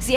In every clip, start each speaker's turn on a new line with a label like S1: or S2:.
S1: Si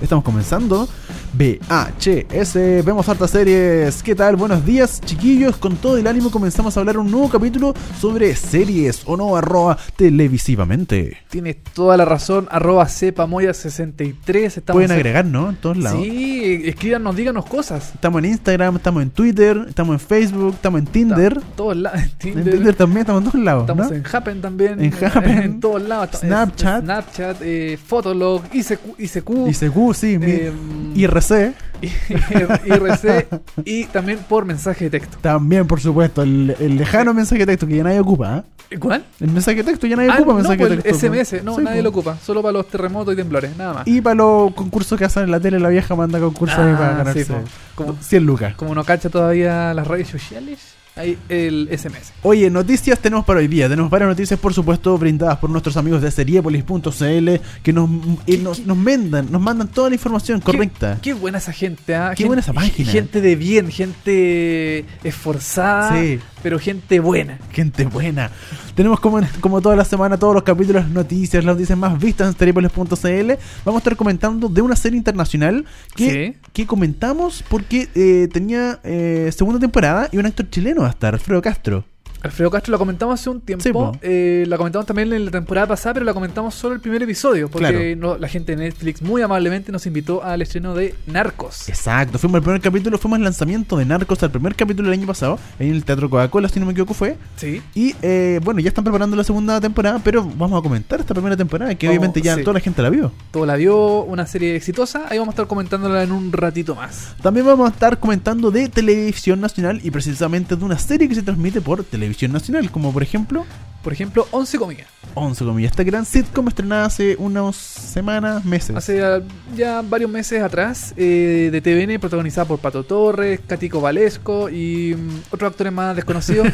S2: Estamos comenzando. VHS, vemos hartas series. ¿Qué tal? Buenos días, chiquillos. Con todo el ánimo comenzamos a hablar un nuevo capítulo sobre series o no arroba televisivamente.
S3: Tienes toda la razón, arroba cepamoya63. Estamos
S2: Pueden
S3: en-
S2: agregar, ¿no? En todos lados.
S3: Sí, escríbanos, díganos cosas.
S2: Estamos en Instagram, estamos en Twitter, estamos en Facebook, estamos en Tinder.
S3: Ta- Todos lados. En Tinder.
S2: En Tinder también estamos en todos lados, ¿no?
S3: Estamos en Happen también.
S2: En Happn,
S3: En todos lados. Estamos en
S2: Snapchat.
S3: Snapchat, eh, Fotolog, ICQ,
S2: Y según, sí, mi-
S3: Em,
S2: IRC.
S3: IRC y también por mensaje de texto.
S2: También, por supuesto, el, el lejano mensaje de texto que ya nadie ocupa. ¿eh?
S3: ¿Cuál?
S2: El mensaje de texto ya nadie
S3: Ah,
S2: ocupa.
S3: no,
S2: mensaje
S3: pues
S2: de
S3: el
S2: texto,
S3: SMS, no,
S2: Sí,
S3: nadie
S2: pues.
S3: lo ocupa, solo para los terremotos y temblores, nada más.
S2: Y para los concursos que hacen en la tele, la vieja manda concursos ahí
S3: Ah,
S2: para ganarse
S3: sí, pues. Como-
S2: 100 lucas.
S3: Como no cacha todavía las redes sociales, ahí el SMS.
S2: Oye, noticias tenemos para hoy día. Tenemos varias noticias, por supuesto, brindadas por nuestros amigos de seriepolis.cl que nos, eh, nos,
S3: qué-
S2: nos mandan, nos mandan toda la información correcta.
S3: Qué, qué buena esa gente, ¿ah?
S2: Qué
S3: Gen-
S2: buena esa página.
S3: Gente de bien, gente esforzada,
S2: Sí.
S3: pero gente buena.
S2: Gente buena. Tenemos como, como toda la semana todos los capítulos, noticias, las noticias más vistas en seriepolis.cl. Vamos a estar comentando de una serie internacional que,
S3: Sí.
S2: que comentamos porque eh, tenía eh, segunda temporada y un actor chileno hasta, Alfredo Castro.
S3: Alfredo Castro la comentamos hace un
S2: Sí,
S3: tiempo,
S2: po.
S3: eh, la comentamos también en la temporada pasada, pero la comentamos solo el primer episodio, porque no- la gente de Netflix muy amablemente nos invitó al estreno de Narcos.
S2: Exacto, fuimos al primer capítulo, fuimos al lanzamiento de Narcos al primer capítulo del año pasado, en el Teatro Coca-Cola, si no me equivoco fue.
S3: Sí.
S2: Y eh, bueno, ya están preparando la segunda temporada, pero vamos a comentar esta primera temporada, que
S3: Vamos,
S2: obviamente ya
S3: sí.
S2: toda la gente la vio.
S3: Todo la vio, una serie exitosa, ahí vamos a estar comentándola en un ratito más.
S2: También vamos a estar comentando de televisión nacional y precisamente de una serie que se transmite por televisión nacional, como por ejemplo
S3: Por ejemplo, 11 comidas.
S2: 11 comillas, esta gran sitcom estrenada hace unas semanas, meses.
S3: Hace ah, ya varios meses atrás, eh, de TVN, protagonizada por Pato Torres, Catico Valesco y mm, otros actores más desconocidos.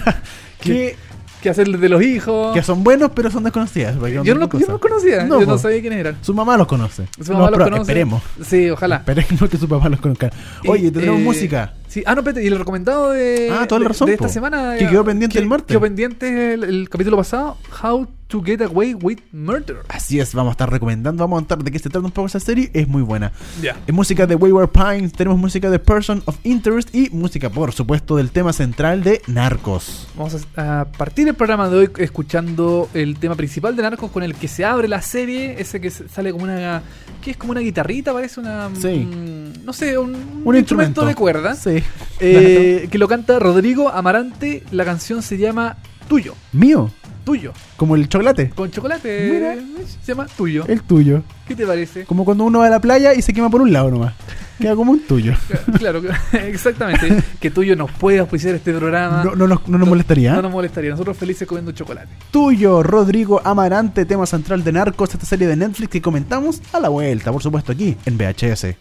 S3: que,
S2: que,
S3: que hacer de los hijos.
S2: que son buenos, pero son desconocidas. porque
S3: Eh, yo,
S2: son
S3: no, lo-
S2: otras
S3: yo no
S2: cosas.
S3: los conocía,
S2: No,
S3: yo no
S2: po.
S3: sabía quiénes eran.
S2: Su mamá los conoce.
S3: Su mamá
S2: No,
S3: los
S2: pero
S3: conoce.
S2: Esperemos.
S3: Sí, ojalá.
S2: Esperemos que su papá los conozca. Oye,
S3: Y,
S2: tenemos
S3: eh,
S2: música.
S3: Sí. Ah, no, espérate, y el recomendado de,
S2: Ah, toda la
S3: de-
S2: razón,
S3: de
S2: po.
S3: esta semana.
S2: Que
S3: eh,
S2: quedó pendiente
S3: que-
S2: el martes.
S3: Quedó pendiente el, el capítulo pasado, How to Get Away with Murder.
S2: Así es, vamos a estar recomendando, vamos a contar de qué se trata un poco esa serie, es muy buena.
S3: Ya.
S2: Eh, música de Wayward Pines, tenemos música de Person of Interest y música, por supuesto, del tema central de Narcos.
S3: Vamos a, a partir el programa de hoy escuchando el tema principal de Narcos con el que se abre la serie, ese que se- sale como una que es como una guitarrita, parece una
S2: Sí.
S3: mm, no sé, un, un
S2: Un instrumento,
S3: de cuerda
S2: Sí.
S3: eh, que lo canta Rodrigo Amarante, la canción se llama Tuyo,
S2: Mío,
S3: Tuyo,
S2: como el chocolate,
S3: con chocolate.
S2: Mira. Eh.
S3: Se llama Tuyo.
S2: el tuyo.
S3: ¿Qué te parece?
S2: Como cuando uno va a la playa y se quema por un lado nomás. Queda como un tuyo.
S3: claro, exactamente. Que Tuyo nos pueda auspiciar este programa.
S2: No, no nos, no nos molestaría. ¿eh?
S3: No nos molestaría, nosotros felices comiendo chocolate.
S2: tuyo, Rodrigo Amarante, tema central de Narcos, esta serie de Netflix que comentamos a la vuelta, por supuesto, aquí en VHS.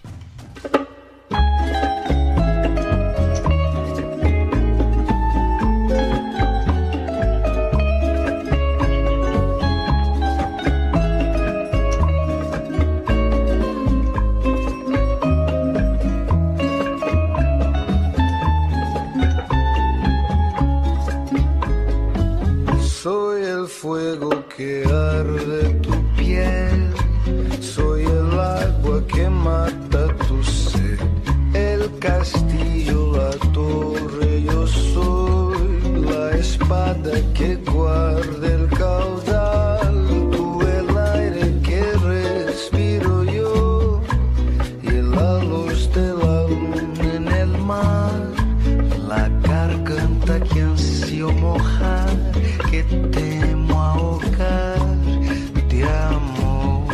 S4: Soy el fuego que arde tu piel, soy el agua que mata tu sed, el castillo, la torre, yo soy la espada que guarda el caudal, tú el aire que respiro yo y la luz de la luna en el mar, la garganta que ansio mojar, que temo ahogar, te amo.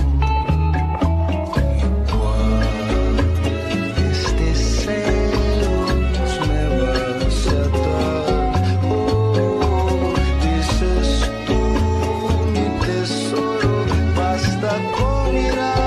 S4: Mis deseos me vas a dar, oh, dices tú mi tesoro, basta con mirarlo.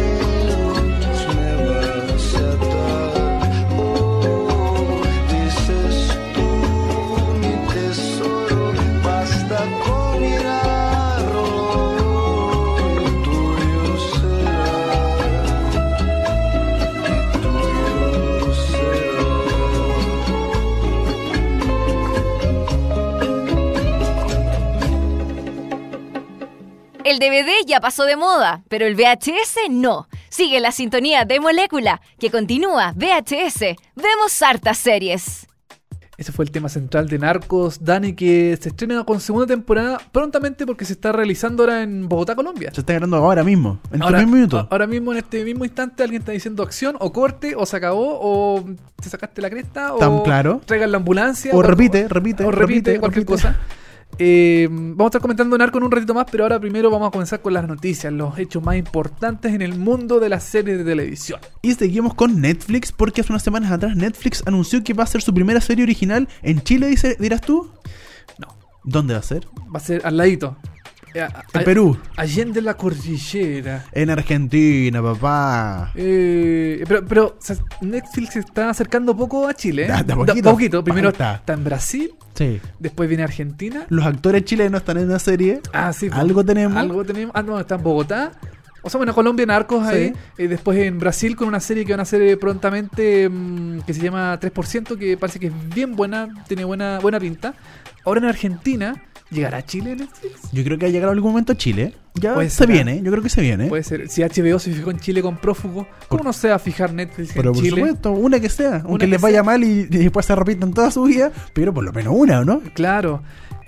S4: oh,
S1: El DVD ya pasó de moda, pero el VHS no. Sigue la sintonía de Molécula, que continúa VHS. Vemos hartas series.
S3: Ese fue el tema central de Narcos, Dani, que se estrena con segunda temporada prontamente porque se está realizando ahora en Bogotá, Colombia.
S2: Se está ganando ahora mismo, en
S3: Ahora,
S2: tres minutos.
S3: a- ahora mismo, en este mismo instante, alguien está diciendo acción, o corte, o se acabó, o te sacaste la cresta,
S2: Tan
S3: o
S2: claro.
S3: traigan la ambulancia.
S2: O repite, repite,
S3: o repite,
S2: repite,
S3: cualquier
S2: repite.
S3: cosa. Eh, vamos a estar comentando Narco en un ratito más, pero ahora primero vamos a comenzar con las noticias, los hechos más importantes en el mundo de las series de televisión.
S2: Y seguimos con Netflix, porque hace unas semanas atrás Netflix anunció que va a ser su primera serie original en Chile, dice, dirás tú.
S3: No.
S2: ¿Dónde va a ser?
S3: Va a ser al ladito. Eh, a-
S2: En
S3: a-
S2: Perú.
S3: Allende la cordillera.
S2: En Argentina, papá.
S3: Eh, pero pero o sea, Netflix se está acercando poco a Chile. ¿eh?
S2: Da- de a poquito.
S3: Primero
S2: Basta.
S3: está. en Brasil,
S2: Sí.
S3: después viene Argentina.
S2: Los actores chilenos están en la serie.
S3: Ah, sí. pues,
S2: Algo tenemos.
S3: Algo tenemos. Ah, no, está en Bogotá. O sea, bueno, Colombia en Arcos
S2: Sí.
S3: ahí. Eh, después en Brasil con una serie que van a hacer eh, prontamente mm, que se llama 3%, que parece que es bien buena, tiene buena, buena pinta. Ahora en Argentina, ¿llegará a Chile Netflix?
S2: Yo creo que ha llegado algún momento a Chile. Ya
S3: Puede
S2: se
S3: ser, ¿ah?
S2: viene, yo creo que se viene.
S3: Puede ser. Si HBO se fijó en Chile con prófugo, ¿cómo
S2: ¿Eh? Por-
S3: no se va a fijar Netflix
S2: Pero
S3: en
S2: por
S3: Chile?
S2: supuesto, una que sea, aunque
S3: que
S2: les vaya
S3: sea.
S2: mal y, y después se repitan toda su vida, pero por lo menos una, ¿o ¿no?
S3: Claro.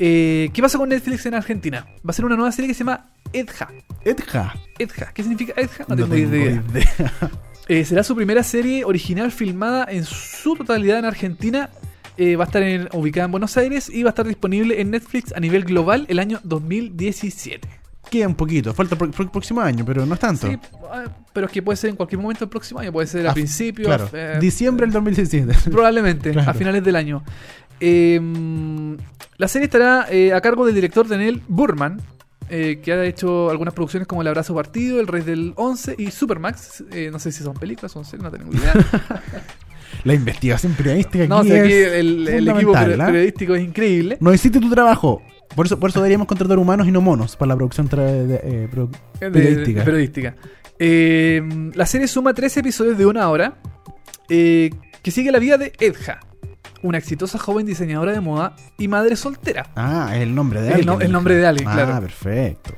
S3: Eh, ¿Qué pasa con Netflix en Argentina? Va a ser una nueva serie que se llama Edja.
S2: Edja.
S3: Edja. ¿Qué significa Edja? No,
S2: No
S3: tengo,
S2: tengo
S3: idea.
S2: idea.
S3: Eh, será su primera serie original filmada en su totalidad en Argentina. Eh, va a estar en- ubicada en Buenos Aires y va a estar disponible en Netflix a nivel global el año 2017.
S2: Queda un poquito, falta pro- pro- próximo año, pero no es tanto.
S3: Sí, ah, pero es que puede ser en cualquier momento del próximo año, puede ser a
S2: Ah,
S3: principios.
S2: Claro,
S3: eh,
S2: diciembre del 2017.
S3: Probablemente,
S2: Claro.
S3: a finales del año. Eh, la serie estará eh, a cargo del director Daniel Burman, eh, que ha hecho algunas producciones como El Abrazo Partido, El Rey del 11 y Supermax. Eh, no sé si son películas, son series, no tengo idea.
S2: La investigación periodística
S3: no, o
S2: aquí
S3: sea, aquí eh,
S2: es
S3: el, el equipo
S2: fundamental,
S3: peri-
S2: ¿ah?
S3: periodístico es increíble.
S2: No hiciste tu trabajo. Por eso, por eso deberíamos contratar humanos y no monos para la producción tra- de- eh, pro-
S3: de- de-
S2: periodística.
S3: periodística. Eh, la serie suma tres episodios de una hora eh, que sigue la vida de Edja, una exitosa joven diseñadora de moda y madre soltera.
S2: Ah, es el nombre de
S3: El
S2: alguien.
S3: no- el nombre de alguien,
S2: ah,
S3: claro.
S2: perfecto.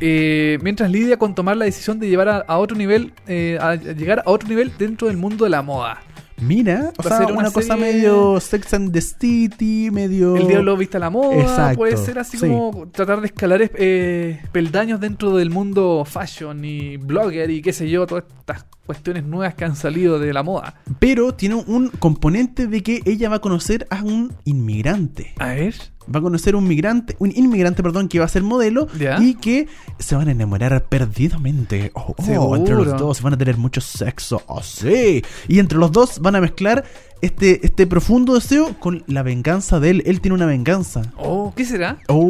S3: Eh, mientras lidia con tomar la decisión de llevar a, a otro nivel, eh, a llegar a otro nivel dentro del mundo de la moda.
S2: Mira, o
S3: Va
S2: sea,
S3: a ser
S2: una,
S3: una
S2: cosa
S3: serie-
S2: medio Sex and the City, medio.
S3: El diablo vista la moda,
S2: Exacto,
S3: puede ser así
S2: sí.
S3: como tratar de escalar eh, peldaños dentro del mundo fashion y blogger y qué sé yo, todas estas cuestiones nuevas que han salido de la moda.
S2: Pero tiene un componente de que ella va a conocer a un inmigrante.
S3: A ver,
S2: Va a conocer un migrante, un inmigrante, perdón, que va a ser modelo
S3: Ya.
S2: y que se van a enamorar perdidamente. Oh, oh,
S3: Seguro.
S2: entre los dos van a tener mucho sexo. Oh, sí. Y entre los dos van a mezclar este, este profundo deseo con la venganza de él. Él tiene una venganza.
S3: oh, ¿qué será?
S2: Oh,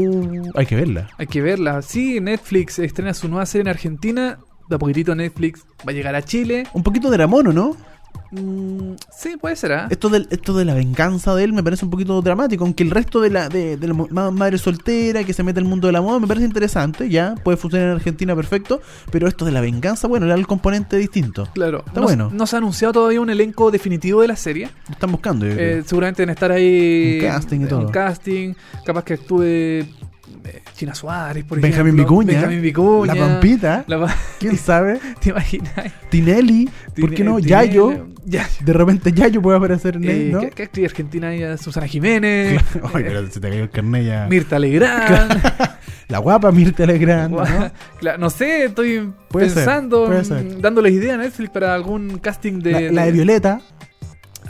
S2: hay que verla.
S3: Hay que verla. Sí, Netflix estrena su nueva serie en Argentina. De a poquitito Netflix va a llegar a Chile.
S2: Un poquito de Ramono, ¿no?
S3: Mm, sí, puede ser. ¿ah?
S2: Esto, del, esto de la venganza de él me parece un poquito dramático, aunque el resto de la, de, de la ma- madre soltera que se mete al mundo de la moda me parece interesante, ya puede funcionar en Argentina perfecto, pero esto de la venganza, bueno, era el componente distinto.
S3: Claro.
S2: Está
S3: no,
S2: bueno.
S3: no se ha anunciado todavía un elenco definitivo de la serie.
S2: Lo están buscando, yo creo.
S3: Eh, seguramente deben estar ahí.
S2: Un casting y
S3: un
S2: todo.
S3: casting. Capaz que actúe eh, China Suárez, por
S2: Benjamín
S3: ejemplo.
S2: Vicuña.
S3: Benjamín Vicuña.
S2: La Pampita.
S3: La pa-
S2: ¿Quién sabe?
S3: ¿Te imaginas?
S2: Tinelli, ¿por qué no?
S3: Tiene-
S2: Yayo.
S3: tiene- Yayo.
S2: De repente Yayo puede aparecer en
S3: Eh,
S2: él, ¿no?
S3: ¿qué, qué actriz argentina hay? Ah, Susana Jiménez. eh,
S2: Ay, pero se te cayó el carnet ya.
S3: Mirta Legrand.
S2: La guapa Mirta Legrand. ¿no?
S3: Gua- Cla- ¿no? sé, estoy
S2: Puede ser,
S3: pensando,
S2: puede
S3: mm,
S2: ser.
S3: dándoles ideas a Netflix para algún casting de.
S2: La, la de Violeta.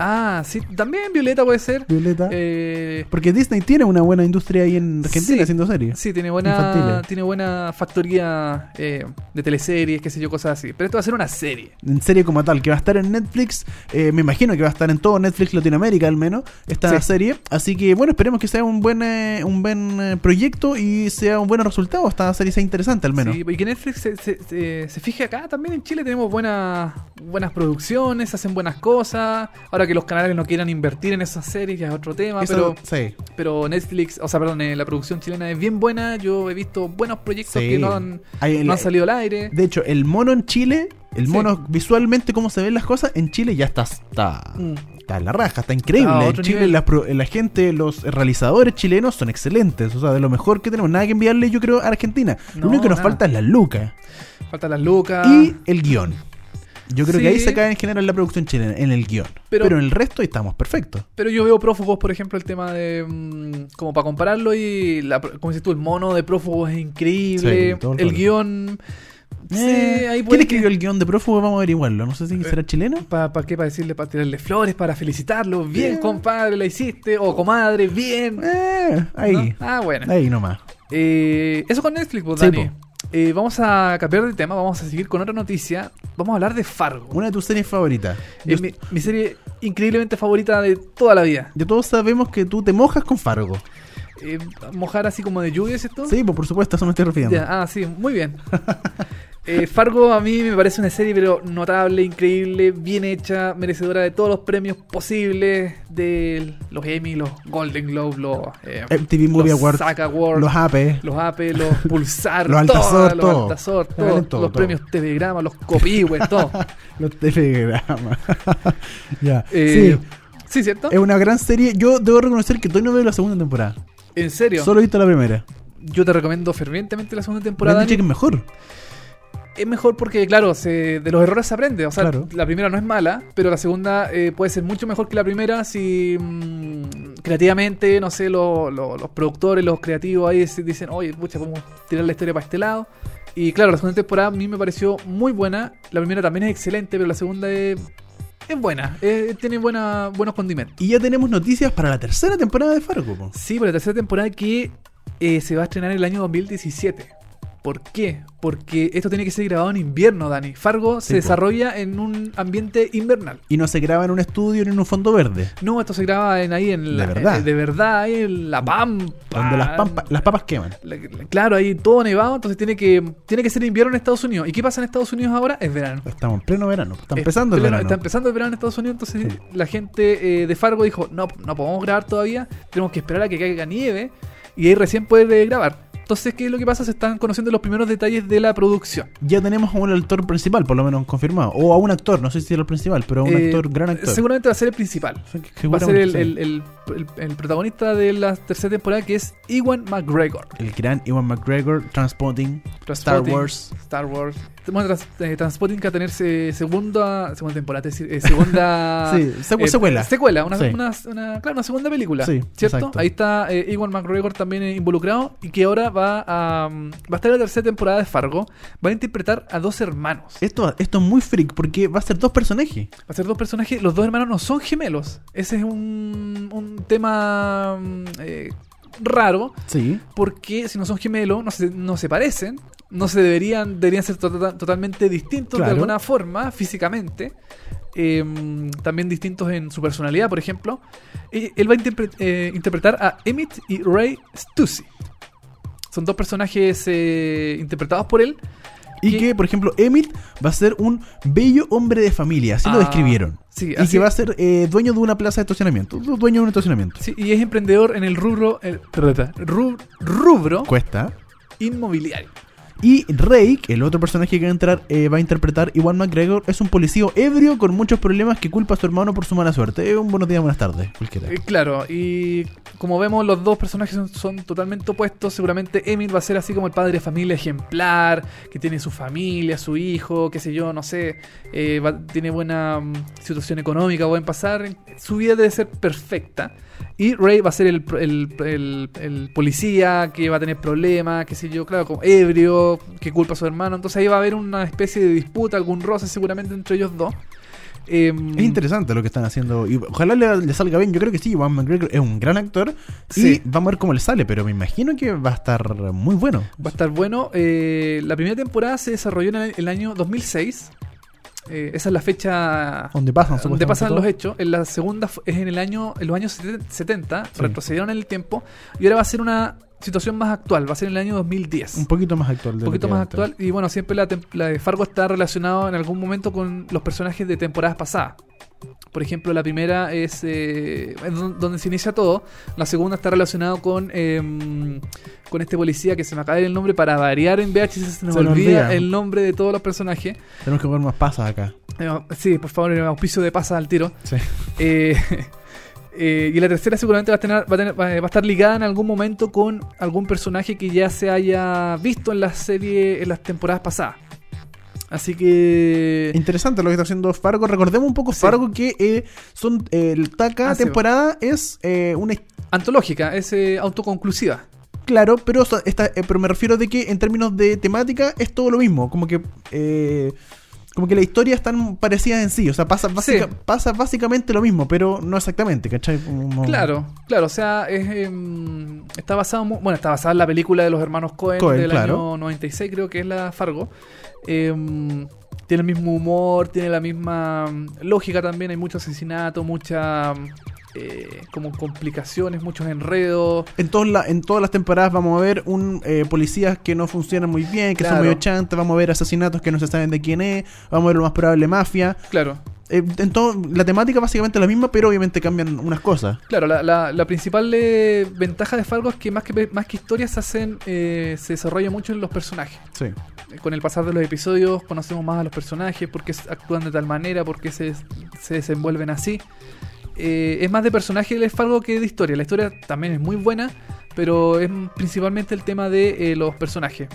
S3: Ah, sí, también Violeta puede ser.
S2: Violeta.
S3: Eh,
S2: Porque Disney tiene una buena industria ahí en Argentina
S3: Sí.
S2: haciendo series.
S3: Sí, tiene buena,
S2: Infantiles.
S3: tiene buena factoría eh, de teleseries, qué sé yo, cosas así. Pero esto va a ser una serie.
S2: en serie como tal, que va a estar en Netflix, eh, me imagino que va a estar en todo Netflix Latinoamérica al menos, esta
S3: Sí.
S2: serie. Así que bueno, esperemos que sea un buen eh, un buen eh, proyecto y sea un buen resultado, esta serie sea interesante al menos.
S3: Sí, y que Netflix se, se- se- se fije acá. También en Chile tenemos buenas, buenas producciones, hacen buenas cosas. Ahora que los canales no quieran invertir en esas series ya es otro tema.
S2: Eso-
S3: pero,
S2: sí.
S3: pero Netflix, o sea, perdón, eh, la producción chilena es bien buena. Yo he visto buenos proyectos
S2: Sí.
S3: que no han,
S2: Hay el-
S3: no han salido al aire.
S2: De hecho, el mono en Chile El
S3: Sí.
S2: mono, visualmente, cómo se ven las cosas, en Chile ya está. está...
S3: Mm.
S2: Está en la raja, está increíble.
S3: Está a
S2: en
S3: otro
S2: Chile
S3: nivel.
S2: la, pro- la gente, los realizadores chilenos son excelentes. O sea, de lo mejor que tenemos. Nada que enviarle, yo creo, a Argentina. lo
S3: No,
S2: único que nos
S3: nada.
S2: falta es la luca
S3: Faltan las lucas.
S2: y el guión. Yo creo que ahí
S3: Ah. Sí.
S2: se cae en general la producción chilena, en el guión. Pero,
S3: Pero-
S2: en el resto estamos perfectos.
S3: Pero yo veo prófugos, por ejemplo, el tema de. mm, como para compararlo, y. la- como dices tú, el mono de prófugos es increíble.
S2: Sí, todo el
S3: el
S2: rato.
S3: guión. sí,
S2: Eh,
S3: ahí
S2: ¿Quién
S3: puede. Eh.
S2: escribió el guión de prófugo? Vamos a averiguarlo. No sé si será chileno.
S3: ¿Para qué? Para decirle, para tirarle flores, para felicitarlo. Bien, compadre, la hiciste. O comadre, bien.
S2: Eh, ahí.
S3: ¿no? Ah, bueno.
S2: Ahí nomás.
S3: Eh, eso con Netflix, pues,
S2: Sí,
S3: Dani.
S2: po.
S3: Eh, vamos a cambiar de tema, vamos a seguir con otra noticia. Vamos a hablar de Fargo.
S2: Una de tus series favoritas.
S3: Eh,
S2: Yo-
S3: mi, mi serie increíblemente favorita de toda la vida.
S2: Ya todos sabemos que tú te mojas con Fargo.
S3: Eh, mojar así como de lluvia, ¿cierto?
S2: Sí, pues por supuesto, a eso me estoy refiriendo.
S3: Ya, ah, sí, muy bien. Eh, Fargo a mí me parece una serie pero notable, increíble, bien hecha, merecedora de todos los premios posibles de los Emmy, los Golden Globe, los eh,
S2: MTV Movie
S3: los
S2: Awards,
S3: SAG Awards,
S2: los AP.
S3: los Apple, los Pulsar,
S2: Los
S3: todo,
S2: Altazor,
S3: los
S2: todo.
S3: Altazor,
S2: Me
S3: todo,
S2: valen todo,
S3: los
S2: todo.
S3: premios Telegrama, los Copihue, todo.
S2: Los telegramas. ya.
S3: Eh,
S2: sí.
S3: sí, ¿cierto?
S2: Es una gran serie. Yo debo reconocer que todavía no veo la segunda temporada.
S3: En serio,
S2: Solo he visto la primera.
S3: yo te recomiendo fervientemente la segunda
S2: Me han
S3: temporada.
S2: dicho que
S3: Dani.
S2: es mejor.
S3: Es mejor porque, claro, se- de los errores se aprende. O sea,
S2: Claro.
S3: la primera no es mala, pero la segunda eh, puede ser mucho mejor que la primera si mm, creativamente, no sé, lo- lo- los productores, los creativos ahí se dicen, oye, pucha, ¿cómo tirar la historia para este lado? Y claro, la segunda temporada a mí me pareció muy buena. La primera también es excelente, pero la segunda es, es buena. Eh, tiene buena, buenos condimentos.
S2: Y ya tenemos noticias para la tercera temporada de Fargo. po.
S3: Sí, pero la tercera temporada que eh, se va a estrenar en el año 2017. ¿Por qué? Porque esto tiene que ser grabado en invierno, Dani. Fargo
S2: Sí,
S3: se
S2: po.
S3: desarrolla en un ambiente invernal.
S2: Y no se graba en un estudio ni en un fondo verde.
S3: No, esto se graba en ahí en la,
S2: verdad.
S3: eh, de verdad, ahí en la pampa.
S2: Donde las, pampa- las papas queman.
S3: La- la- Claro, ahí todo nevado, entonces tiene que tiene que ser invierno en Estados Unidos. ¿Y qué pasa en Estados Unidos ahora? Es verano.
S2: Estamos en pleno verano. Está
S3: Es
S2: empezando el
S3: pleno-
S2: verano.
S3: Está empezando el verano en Estados Unidos, entonces
S2: Sí.
S3: la gente eh, de Fargo dijo, no, no podemos grabar todavía, tenemos que esperar a que caiga nieve y ahí recién puede grabar. Entonces, ¿qué es lo que pasa? Se están conociendo los primeros detalles de la producción.
S2: Ya tenemos a un actor principal, por lo menos confirmado. O a un actor, no sé si era el principal, pero a un
S3: Eh,
S2: actor, gran actor.
S3: Seguramente va a ser el principal.
S2: O sea, que
S3: Va a ser
S2: seguramente
S3: el,
S2: sí.
S3: el- el- el- el protagonista de la tercera temporada que es Iwan McGregor.
S2: El gran Iwan McGregor, Transporting, Star
S3: Transporting-
S2: Wars.
S3: Star Wars. Bueno, tras- eh, Transporting que va a tener eh, segunda, segunda temporada, es decir, eh, segunda... eh,
S2: Sí, secu- secuela.
S3: Secuela, una,
S2: Sí.
S3: una- una- claro, una segunda película.
S2: Sí,
S3: ¿Cierto?
S2: exacto.
S3: Ahí está eh, Ewan McGregor también eh, involucrado y que ahora va a, mm, va a estar en la tercera temporada de Fargo. Va a interpretar a dos hermanos.
S2: Esto, esto es muy freak porque va a ser dos personajes.
S3: Va a ser dos personajes. Los dos hermanos no son gemelos. Ese es un, un tema mm, eh, raro.
S2: Sí.
S3: porque si no son gemelos, no se, no se parecen, no se deberían, deberían ser to- to- totalmente distintos
S2: Claro.
S3: de alguna forma, físicamente, eh, también distintos en su personalidad, por ejemplo. Eh, él va a interpre- eh, interpretar a Emmett y Ray Stussy. Son dos personajes eh, interpretados por él.
S2: Y
S3: ¿Qué?
S2: que, por ejemplo, Emmett va a ser un bello hombre de familia, así lo
S3: Ah,
S2: describieron.
S3: sí,
S2: y
S3: así-
S2: que va a ser eh, dueño de una plaza de estacionamiento. du- Dueño de un estacionamiento.
S3: Sí, y es emprendedor en el rubro, el- ru- rubro
S2: Cuesta.
S3: inmobiliario.
S2: Y Rake, el otro personaje que va a, entrar, eh, va a interpretar Iwan McGregor, es un policía ebrio con muchos problemas que culpa a su hermano por su mala suerte. Eh, un buenos días, buenas tardes, cualquiera.
S3: Eh, Claro, y como vemos, los dos personajes son, son totalmente opuestos. Seguramente Emmett va a ser así como el padre de familia ejemplar, que tiene su familia, su hijo, qué sé yo, no sé, eh, va- tiene buena mm, situación económica, buen pasar. Su vida debe ser perfecta. Y Ray va a ser el, pro- el- el- el policía que va a tener problemas, qué sé yo, claro, como ebrio, que culpa a su hermano. Entonces ahí va a haber una especie de disputa, algún roce seguramente entre ellos dos. Em,
S2: Es interesante lo que están haciendo. Y ojalá le, le salga bien. Yo creo que sí, Iwan McGregor es un gran actor.
S3: Sí.
S2: Y vamos a ver cómo le sale, pero me imagino que va a estar muy bueno.
S3: Va a estar bueno. Eh, la primera temporada se desarrolló en el, el año 2006. Eh, esa es la fecha
S2: Donde pasan,
S3: donde
S2: supuestamente,
S3: pasan
S2: todo.
S3: los hechos. En la segunda fu- es en el año en los años 70, 70,
S2: Sí.
S3: retrocedieron en el tiempo y ahora va a ser una situación más actual, va a ser en el año 2010.
S2: Un poquito más actual. de
S3: Un
S2: lo
S3: poquito
S2: que
S3: más
S2: antes.
S3: actual y bueno, siempre la, tem- la de Fargo está relacionado en algún momento con los personajes de temporadas pasadas. Por Por ejemplo, la primera es eh, es don- donde se inicia todo. La segunda está relacionado con em, con este policía que se me acaba de ir el nombre para variar en VHS se nos
S2: Se nos
S3: olvida
S2: olvida.
S3: el nombre de todos los personajes.
S2: Tenemos que poner más pasas acá.
S3: Eh, Sí, por favor, el auspicio de pasas al tiro.
S2: Sí.
S3: Eh, eh, y la tercera seguramente va a, tener, va, a tener- va a estar ligada en algún momento con algún personaje que ya se haya visto en la serie, en las temporadas pasadas. Así que...
S2: Interesante lo que está haciendo Fargo. Recordemos un poco
S3: Sí.
S2: Fargo que eh, son eh, el- cada
S3: Ah, sí,
S2: temporada es eh, una his-
S3: Antológica, es eh, autoconclusiva.
S2: claro, pero so- esta- eh, pero me refiero de que en términos de temática es todo lo mismo, como que eh, como que la historia es tan parecida en sí, o sea, pasa, básica-
S3: Sí.
S2: pasa básicamente lo mismo, pero no exactamente, ¿cachai? Como-
S3: Claro, claro, o sea, es, em, está basado, mu- bueno, está basada en la película de los hermanos Cohen,
S2: Coen,
S3: del
S2: claro.
S3: año 96, creo que es la Fargo. Em, tiene el mismo humor, tiene la misma mm, lógica también, hay mucho asesinato, muchas como complicaciones, muchos enredos.
S2: En, todos la- en todas las temporadas vamos a ver un eh, policías que no funcionan muy bien, que son
S3: Claro.
S2: medio chantas, vamos a ver asesinatos que no se saben de quién es, vamos a ver lo más probable mafia.
S3: Claro,
S2: Eh, en todo- la temática básicamente es la misma, pero obviamente cambian unas cosas.
S3: claro, la, la- la principal eh, ventaja de Fargo es que más que, pe- más que historias se hacen, eh, se desarrolla mucho en los personajes.
S2: Sí.
S3: con el pasar de los episodios conocemos más a los personajes, por qué s- actúan de tal manera, por qué se, se desenvuelven así. Eh, es más de personaje el Fargo que de historia. La historia también es muy buena, pero es m- principalmente el tema de eh, los personajes.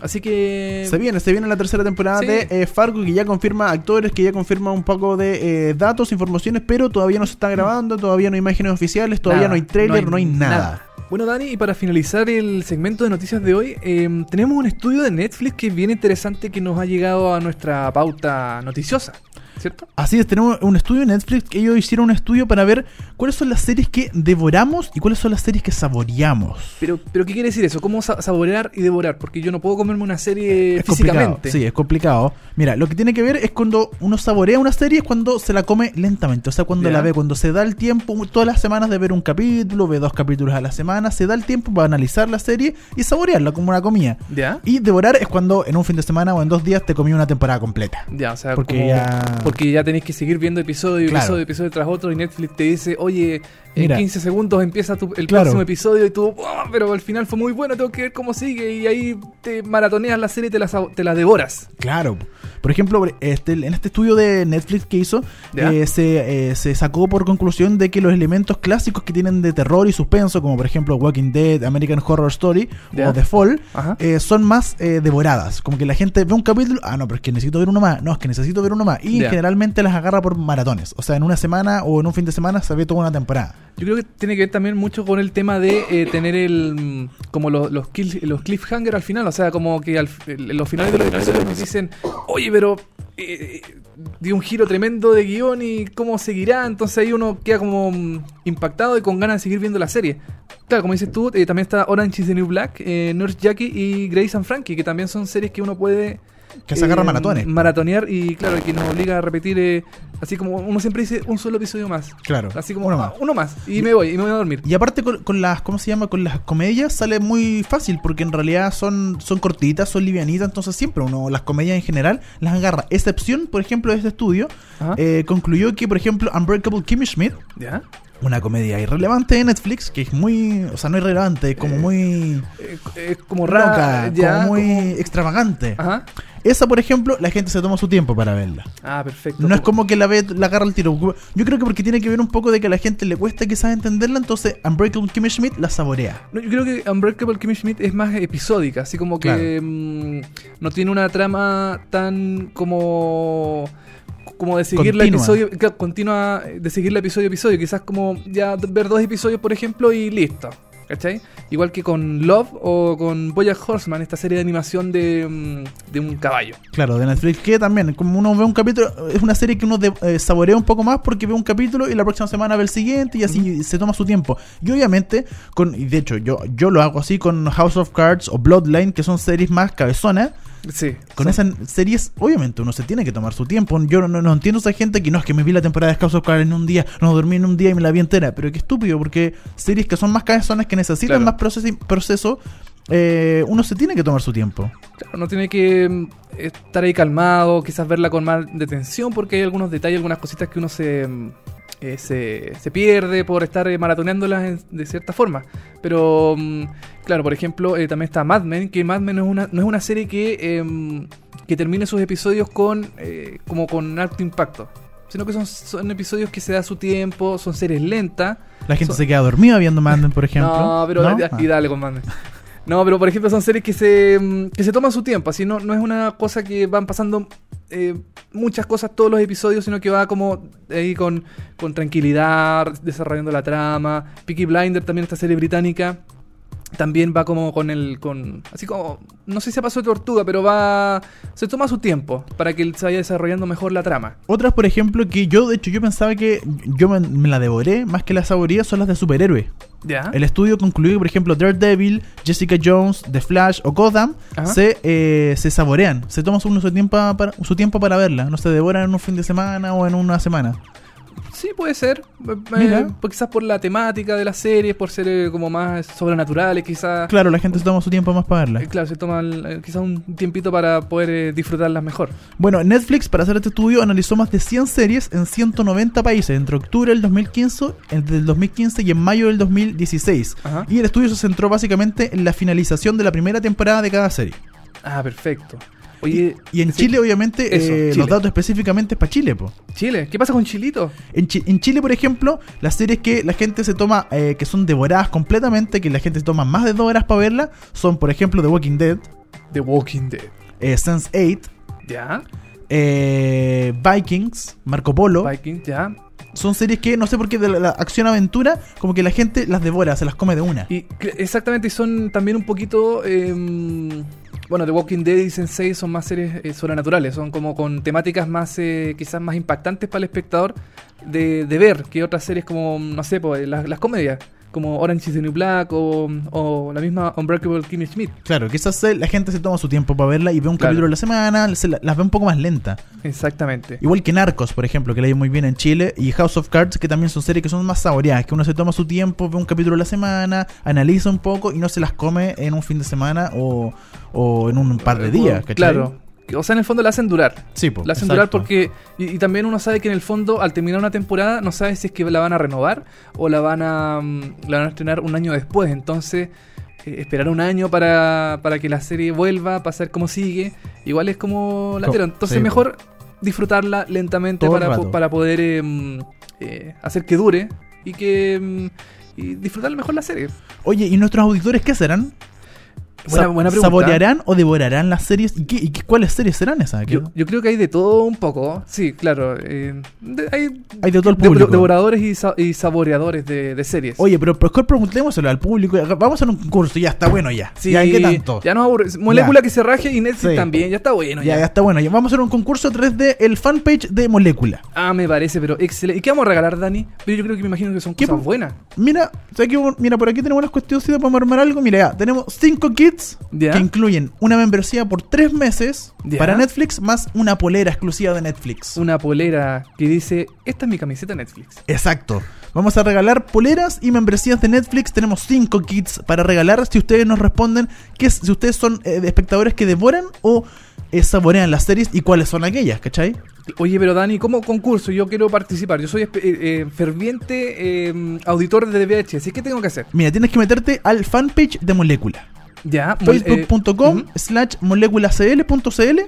S3: Así que...
S2: Eh, Se viene, se viene la tercera temporada
S3: Sí.
S2: de eh, Fargo que ya confirma actores, que ya confirma un poco de eh, datos, informaciones, pero todavía no se está grabando, todavía no hay imágenes oficiales, todavía
S3: Nada,
S2: no hay trailer, no hay, nada.
S3: Bueno, Dani, y para finalizar el segmento de noticias de hoy, eh, tenemos un estudio de Netflix que es bien interesante que nos ha llegado a nuestra pauta noticiosa, ¿cierto?
S2: Así es, tenemos un estudio en Netflix que ellos hicieron un estudio para ver cuáles son las series que devoramos y cuáles son las series que saboreamos.
S3: Pero, pero ¿qué quiere decir eso? ¿Cómo sa- saborear y devorar? Porque yo no puedo comerme una serie
S2: Eh, Es complicado.
S3: Eh, físicamente.
S2: Sí, es complicado. Mira, lo que tiene que ver es cuando uno saborea una serie es cuando se la come lentamente. O sea, cuando
S3: Ya.
S2: la ve, cuando se da el tiempo, todas las semanas de ver un capítulo, ve dos capítulos a la semana, se da el tiempo para analizar la serie y saborearla como una comida.
S3: ¿Ya?
S2: Y devorar es cuando en un fin de semana o en dos días te comí una temporada completa.
S3: Ya, o sea,
S2: Porque
S3: como-
S2: ya-
S3: porque ya tenéis que seguir viendo episodio,
S2: Claro.
S3: episodio, episodio tras otro y Netflix te dice, oye, en
S2: Mira.
S3: 15 segundos empieza tu- el
S2: Claro.
S3: próximo episodio y tú, "Oh, pero al final fue muy bueno, tengo que ver cómo sigue y ahí te maratoneas la serie y te la, sabo- te la devoras.
S2: Claro. Por ejemplo, este, en este estudio de Netflix que hizo,
S3: Ya.
S2: eh, se, eh, se sacó por conclusión de que los elementos clásicos que tienen de terror y suspenso, como por ejemplo Walking Dead, American Horror Story
S3: Ya.
S2: o The Fall,
S3: Ajá.
S2: eh, son más eh, devoradas. Como que la gente ve un capítulo, ah, no, pero es que necesito ver uno más, no, es que necesito ver uno más. Y
S3: Ya.
S2: generalmente las agarra por maratones. O sea, en una semana o en un fin de semana se ve toda una temporada.
S3: Yo creo que tiene que ver también mucho con el tema de eh, tener el mm, como los, los, kill- los cliffhanger al final, o sea, como que al, f- el- los finales de los episodios nos dicen, oye, pero eh, eh, dio un giro tremendo de guión y cómo seguirá, entonces ahí uno queda como mm, impactado y con ganas de seguir viendo la serie. Claro, como dices tú, eh, también está Orange is the New Black, eh, Nurse Jackie y Grace and Frankie, que también son series que uno puede
S2: Que se agarra
S3: eh,
S2: maratones.
S3: Maratonear y claro, que nos obliga a repetir, eh, así como uno siempre dice, un solo episodio más.
S2: Claro.
S3: Así como
S2: Uno
S3: uno
S2: más.
S3: más. uno más y me voy y me voy a dormir.
S2: Y aparte con, con las, ¿cómo se llama? Con las comedias sale muy fácil porque en realidad son, son cortitas, son livianitas, entonces siempre uno, las comedias en general, las agarra. Excepción, por ejemplo, de este estudio,
S3: Ajá.
S2: eh, concluyó que, por ejemplo, Unbreakable Kimmy Schmidt,
S3: ¿Ya?
S2: una comedia irrelevante de Netflix, que es muy, o sea, no irrelevante, es como muy
S3: Eh, eh, como
S2: loca,
S3: rara, ya.
S2: como muy
S3: como-
S2: extravagante.
S3: Ajá.
S2: Esa, por ejemplo, la gente se toma su tiempo para verla.
S3: Ah, perfecto.
S2: No es como que la ve, la agarra el tiro. Yo creo que porque tiene que ver un poco de que a la gente le cuesta quizás entenderla, entonces Unbreakable Kimmy Schmidt la saborea.
S3: No, yo creo que Unbreakable Kimmy Schmidt es más episódica, así como que
S2: Claro.
S3: mm, no tiene una trama tan como como de seguir la
S2: Continua.
S3: episodio, claro, continua eh, de seguir el episodio a episodio, quizás como ya d- ver dos episodios por ejemplo y listo. ¿Cachai? Igual que con Love o con Bojack Horseman, esta serie de animación de, mm, de un caballo.
S2: Claro, de Netflix, que también, como uno ve un capítulo, es una serie que uno de- eh, saborea un poco más porque ve un capítulo y la próxima semana ve el siguiente y así se toma su tiempo. Y obviamente, con, y de hecho, yo, yo lo hago así con House of Cards o Bloodline, que son series más cabezonas.
S3: Sí.
S2: Con
S3: son-
S2: esas series, obviamente, uno se tiene que tomar su tiempo. Yo no, no- no entiendo a esa gente que no es que me vi la temporada de House of Cards en un día, no dormí en un día y me la vi entera. Pero qué estúpido, porque series que son más cabezonas, que necesitan
S3: Claro.
S2: más proceso, proceso eh, uno se tiene que tomar su tiempo.
S3: Claro, no tiene que mm, estar ahí calmado, quizás verla con más detención, porque hay algunos detalles, algunas cositas que uno se, mm, eh, se, se pierde por estar eh, maratoneándolas en- de cierta forma. Pero, mm, claro, por ejemplo, eh, también está Mad Men, que Mad Men no es una, no es una serie que, eh, mm, que termine sus episodios con, eh, como con alto impacto. Sino que son, son episodios que se da su tiempo, son series lentas.
S2: La gente
S3: So-
S2: se queda dormida viendo Manden, por ejemplo.
S3: No, pero
S2: ¿No? Ah.
S3: y dale con Mad Men. No, pero por ejemplo son series que se, mm, que se toman su tiempo, así no, no es una cosa que van pasando eh, muchas cosas todos los episodios, sino que va como ahí con, con tranquilidad, desarrollando la trama. Peaky Blinder también esta serie británica. También va como con el. con Así como. No sé si se pasó de tortuga, pero va. Se toma su tiempo para que se vaya desarrollando mejor la trama.
S2: Otras, por ejemplo, que yo, de hecho, yo pensaba que yo me, me la devoré más que la saboría son las de superhéroes.
S3: ¿Ya?
S2: El estudio concluyó que, por ejemplo, Daredevil, Jessica Jones, The Flash o Gotham
S3: Ajá.
S2: se, eh, se saborean, se toman su, su tiempo para, su tiempo para verla, no se devoran en un fin de semana o en una semana.
S3: Sí, puede ser. Eh,
S2: Mira.
S3: eh, por- quizás por la temática de las series, por ser eh, como más sobrenaturales, quizás.
S2: Claro, la gente se toma su tiempo más para verla.
S3: Ah. Eh, claro, se toman eh, quizás un tiempito para poder eh, disfrutarlas mejor.
S2: Bueno, Netflix, para hacer este estudio, analizó más de 100 series en 190 países entre octubre del 2015, el del 2015 y en mayo del 2016.
S3: Ajá.
S2: Y el estudio se centró básicamente en la finalización de la primera temporada de cada serie.
S3: Ah, perfecto. Oye,
S2: Y en
S3: sí,
S2: Chile, obviamente,
S3: Eso,
S2: eh,
S3: Chile.
S2: los datos específicamente es para Chile, po.
S3: Chile, ¿qué pasa con Chilito?
S2: En, Chi- en Chile, por ejemplo, las series que la gente se toma, eh, que son devoradas completamente, que la gente se toma más de dos horas para verla, son, por ejemplo, The Walking Dead, eh,
S3: The Walking Dead.
S2: Sense 8,
S3: ¿Ya?
S2: Vikings, Marco Polo.
S3: Viking, ¿ya?
S2: son series que no sé por qué de la, la acción-aventura, como que la gente las devora, se las come de una.
S3: Y cl- exactamente, son también un poquito... em, bueno, The Walking Dead y Sensei son más series eh, sobrenaturales, son como con temáticas más eh, quizás más impactantes para el espectador de, de ver que otras series como, no sé, pues, las, las comedias, como Orange is the New Black o, o la misma Unbreakable Kimmy Schmidt.
S2: Claro, que esas se- la gente se toma su tiempo para verla y ve un
S3: Claro.
S2: capítulo a la semana, se la- las ve un poco más lenta.
S3: Exactamente.
S2: Igual que Narcos, por ejemplo, que la hay muy bien en Chile, y House of Cards, que también son series que son más saboreadas, que uno se toma su tiempo, ve un capítulo a la semana, analiza un poco y no se las come en un fin de semana o, o en un par de días, ¿cachai?
S3: Claro. Que- O sea, en el fondo la hacen durar.
S2: Sí, po,
S3: La hacen
S2: exacto.
S3: durar porque. Y, y también uno sabe que en el fondo, al terminar una temporada, no sabe si es que la van a renovar o la van a, mm, la van a estrenar un año después. Entonces, eh, esperar un año para, para que la serie vuelva, para saber cómo sigue, igual es como latero.
S2: Co-
S3: Entonces,
S2: sí,
S3: mejor disfrutarla lentamente
S2: Todo el
S3: para, po-
S2: rato.
S3: para poder eh, mm, eh, hacer que dure y que. mm, y disfrutar mejor la serie.
S2: Oye, ¿y nuestros auditores qué serán?
S3: Buena-
S2: Sa-
S3: buena pregunta.
S2: ¿Saborearán o devorarán las series? ¿Y, qué- y qué- cuáles series serán esas?
S3: Yo, yo creo que hay de todo un poco. Sí, claro. eh, de- hay
S2: Hay de todo el
S3: de-
S2: público.
S3: devoradores y, sa- y saboreadores de, de series.
S2: Oye, pero mejor preguntémoselo al público. Haga- Vamos a hacer un concurso, ya está bueno ya.
S3: Sí,
S2: ya, ¿qué tanto?
S3: Ya nos aburre. Molécula que se raje y Netflix
S2: Sí.
S3: también. Ya está bueno.
S2: ya,
S3: Ya,
S2: ya está bueno. Ya. Vamos a hacer un concurso a través del el fanpage de Molécula.
S3: Ah, me parece, pero excelente. ¿Y qué vamos a regalar, Dani? Pero yo creo que me imagino que son
S2: ¿Qué
S3: cosas
S2: po-
S3: buenas.
S2: Mira, ¿sabes qué? mira, por aquí tenemos unas cuestiones para armar algo. Mira, ya, tenemos cinco kits
S3: Ya.
S2: que incluyen una membresía por tres meses
S3: Ya.
S2: para Netflix más una polera exclusiva de Netflix.
S3: Una polera que dice: Esta es mi camiseta Netflix.
S2: Exacto. Vamos a regalar poleras y membresías de Netflix. Tenemos cinco kits para regalar. Si ustedes nos responden, que es- si ustedes son eh, espectadores que devoran o eh, saborean las series y cuáles son aquellas, ¿cachai?
S3: Oye, pero Dani, ¿cómo concurso? Yo quiero participar. Yo soy espe- eh, eh, ferviente eh, auditor de DBH. Así que tengo que hacer.
S2: Mira, tienes que meterte al fanpage de Molécula.
S3: Ya, mol- eh,
S2: Facebook.com
S3: ujú.
S2: slash moléculacl.cl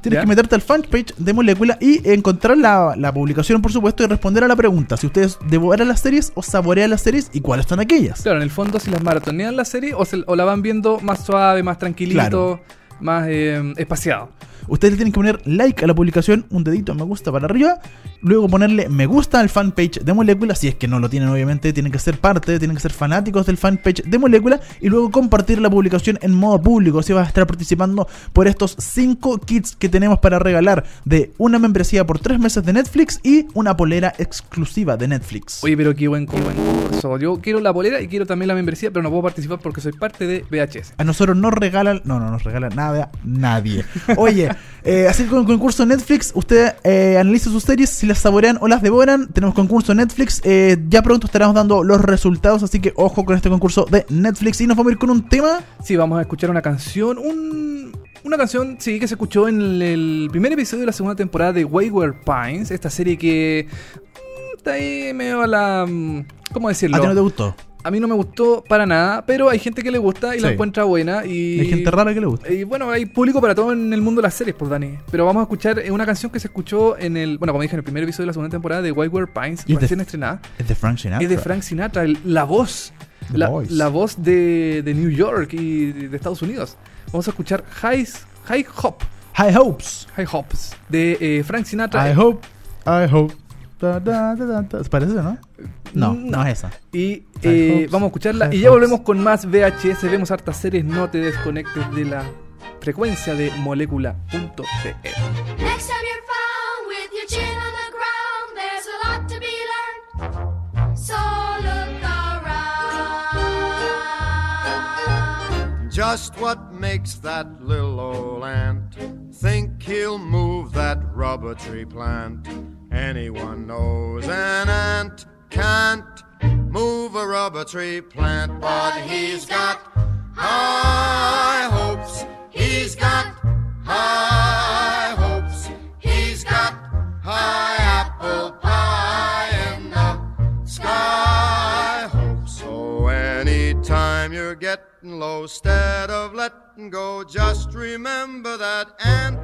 S2: Tienes
S3: Ya.
S2: que meterte al fanpage de Molécula y encontrar la, la publicación, por supuesto, y responder a la pregunta. Si ustedes devoran las series o saborean las series y cuáles son aquellas.
S3: Claro, en el fondo si las maratonean la serie o, se- o la van viendo más suave, más tranquilito,
S2: Claro.
S3: más eh, espaciado.
S2: Ustedes le tienen que poner like a la publicación, un dedito me gusta para arriba, luego ponerle me gusta al fanpage de Molécula, si es que no lo tienen obviamente, tienen que ser parte, tienen que ser fanáticos del fanpage de Molécula y luego compartir la publicación en modo público, si vas a estar participando por estos 5 kits que tenemos para regalar de una membresía por 3 meses de Netflix y una polera exclusiva de Netflix.
S3: Oye, pero qué buen, qué buen concurso. Yo quiero la polera y quiero también la membresía, pero no puedo participar porque soy parte de VHS.
S2: A nosotros nos regalan, no, no nos regalan nada, nadie. Oye, Eh, así que con el concurso de Netflix, usted eh, analiza sus series, si las saborean o las devoran. Tenemos concurso de Netflix. eh, ya pronto estaremos dando los resultados, así que ojo con este concurso de Netflix. Y nos vamos a ir con un tema.
S3: Sí, vamos a escuchar una canción, un- una canción, sí, que se escuchó en el, el primer episodio de la segunda temporada de Wayward Pines, esta serie que mm, está ahí medio a la... mm, ¿Cómo decirlo?
S2: ¿A ti Ah, no te gustó?
S3: A mí no me gustó para nada, pero hay gente que le gusta y la
S2: Sí.
S3: encuentra buena y...
S2: Hay gente rara que le gusta.
S3: Y bueno, hay público para todo en el mundo de las series, por Dani. Pero vamos a escuchar eh, una canción que se escuchó en el, bueno, como dije, en el primer episodio de la segunda temporada de Wayward Pines,
S2: Y es de-
S3: recién estrenada.
S2: Es de Frank Sinatra.
S3: Es de Frank Sinatra, el- la voz.
S2: Ah, The
S3: La,
S2: Voice.
S3: la voz de, de New York y de Estados Unidos. Vamos a escuchar High, High Hop,
S2: High Hopes.
S3: High Hops, de eh, Frank Sinatra.
S2: I hope. I hope. Da, da, da, da, da. ¿Se parece, no? No,
S3: Mm,
S2: no es esa.
S3: Y
S2: High
S3: eh,
S2: Hopes,
S3: vamos a escucharla.
S2: High
S3: Y ya
S2: Hopes.
S3: volvemos con más VHS. Vemos hartas series. No te desconectes de la frecuencia de molécula.cl.
S5: Next time you're found with your chin on the ground, there's a lot to be learned. So look around.
S6: Just what makes that little old ant think he'll move that rubber tree plant? Anyone knows an ant can't move a rubber tree plant, but he's got high hopes. He's got high hopes. He's got high apple pie in the sky hopes. So anytime you're getting low, instead of letting go, just remember that ant.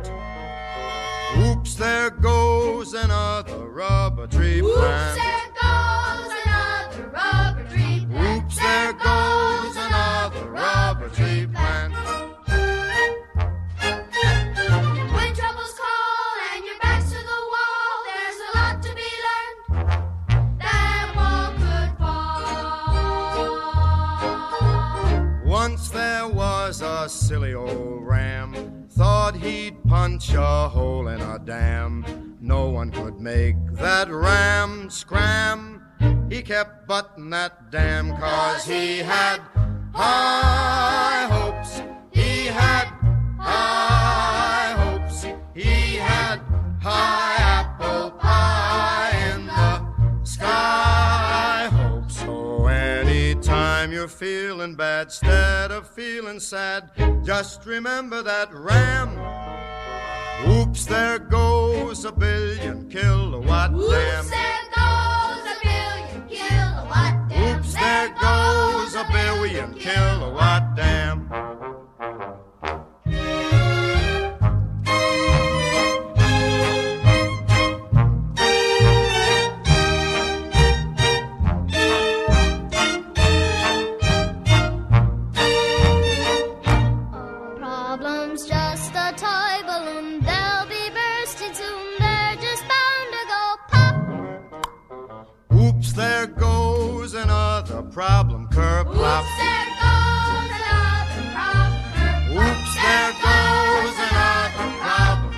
S6: Oops, there goes another rubber tree
S5: Oops,
S6: plant.
S5: there goes another rubber tree plant.
S6: Oops, there goes another rubber tree plant.
S5: When troubles call and your back's to the wall, there's a lot to be learned. That wall could fall.
S6: Once there was a silly old ram, thought he'd punch a hole in a dam. No one could make that ram scram. He kept butting that dam 'cause he had high hopes. He had high hopes. He had high apple pie in the sky hopes. So anytime you're feeling bad, instead of feeling sad, just remember that ram. Oops, there goes a billion kilowatt dam.
S5: Oops, there goes a billion kilowatt dam.
S6: Oops, there goes a billion kilowatt dam.
S5: Problem's just a toy balloon. They'll be bursting soon. They're just bound to go pop.
S6: Oops, there goes another problem curb plop.
S5: Oops, there goes another problem.
S6: Oops, there goes another problem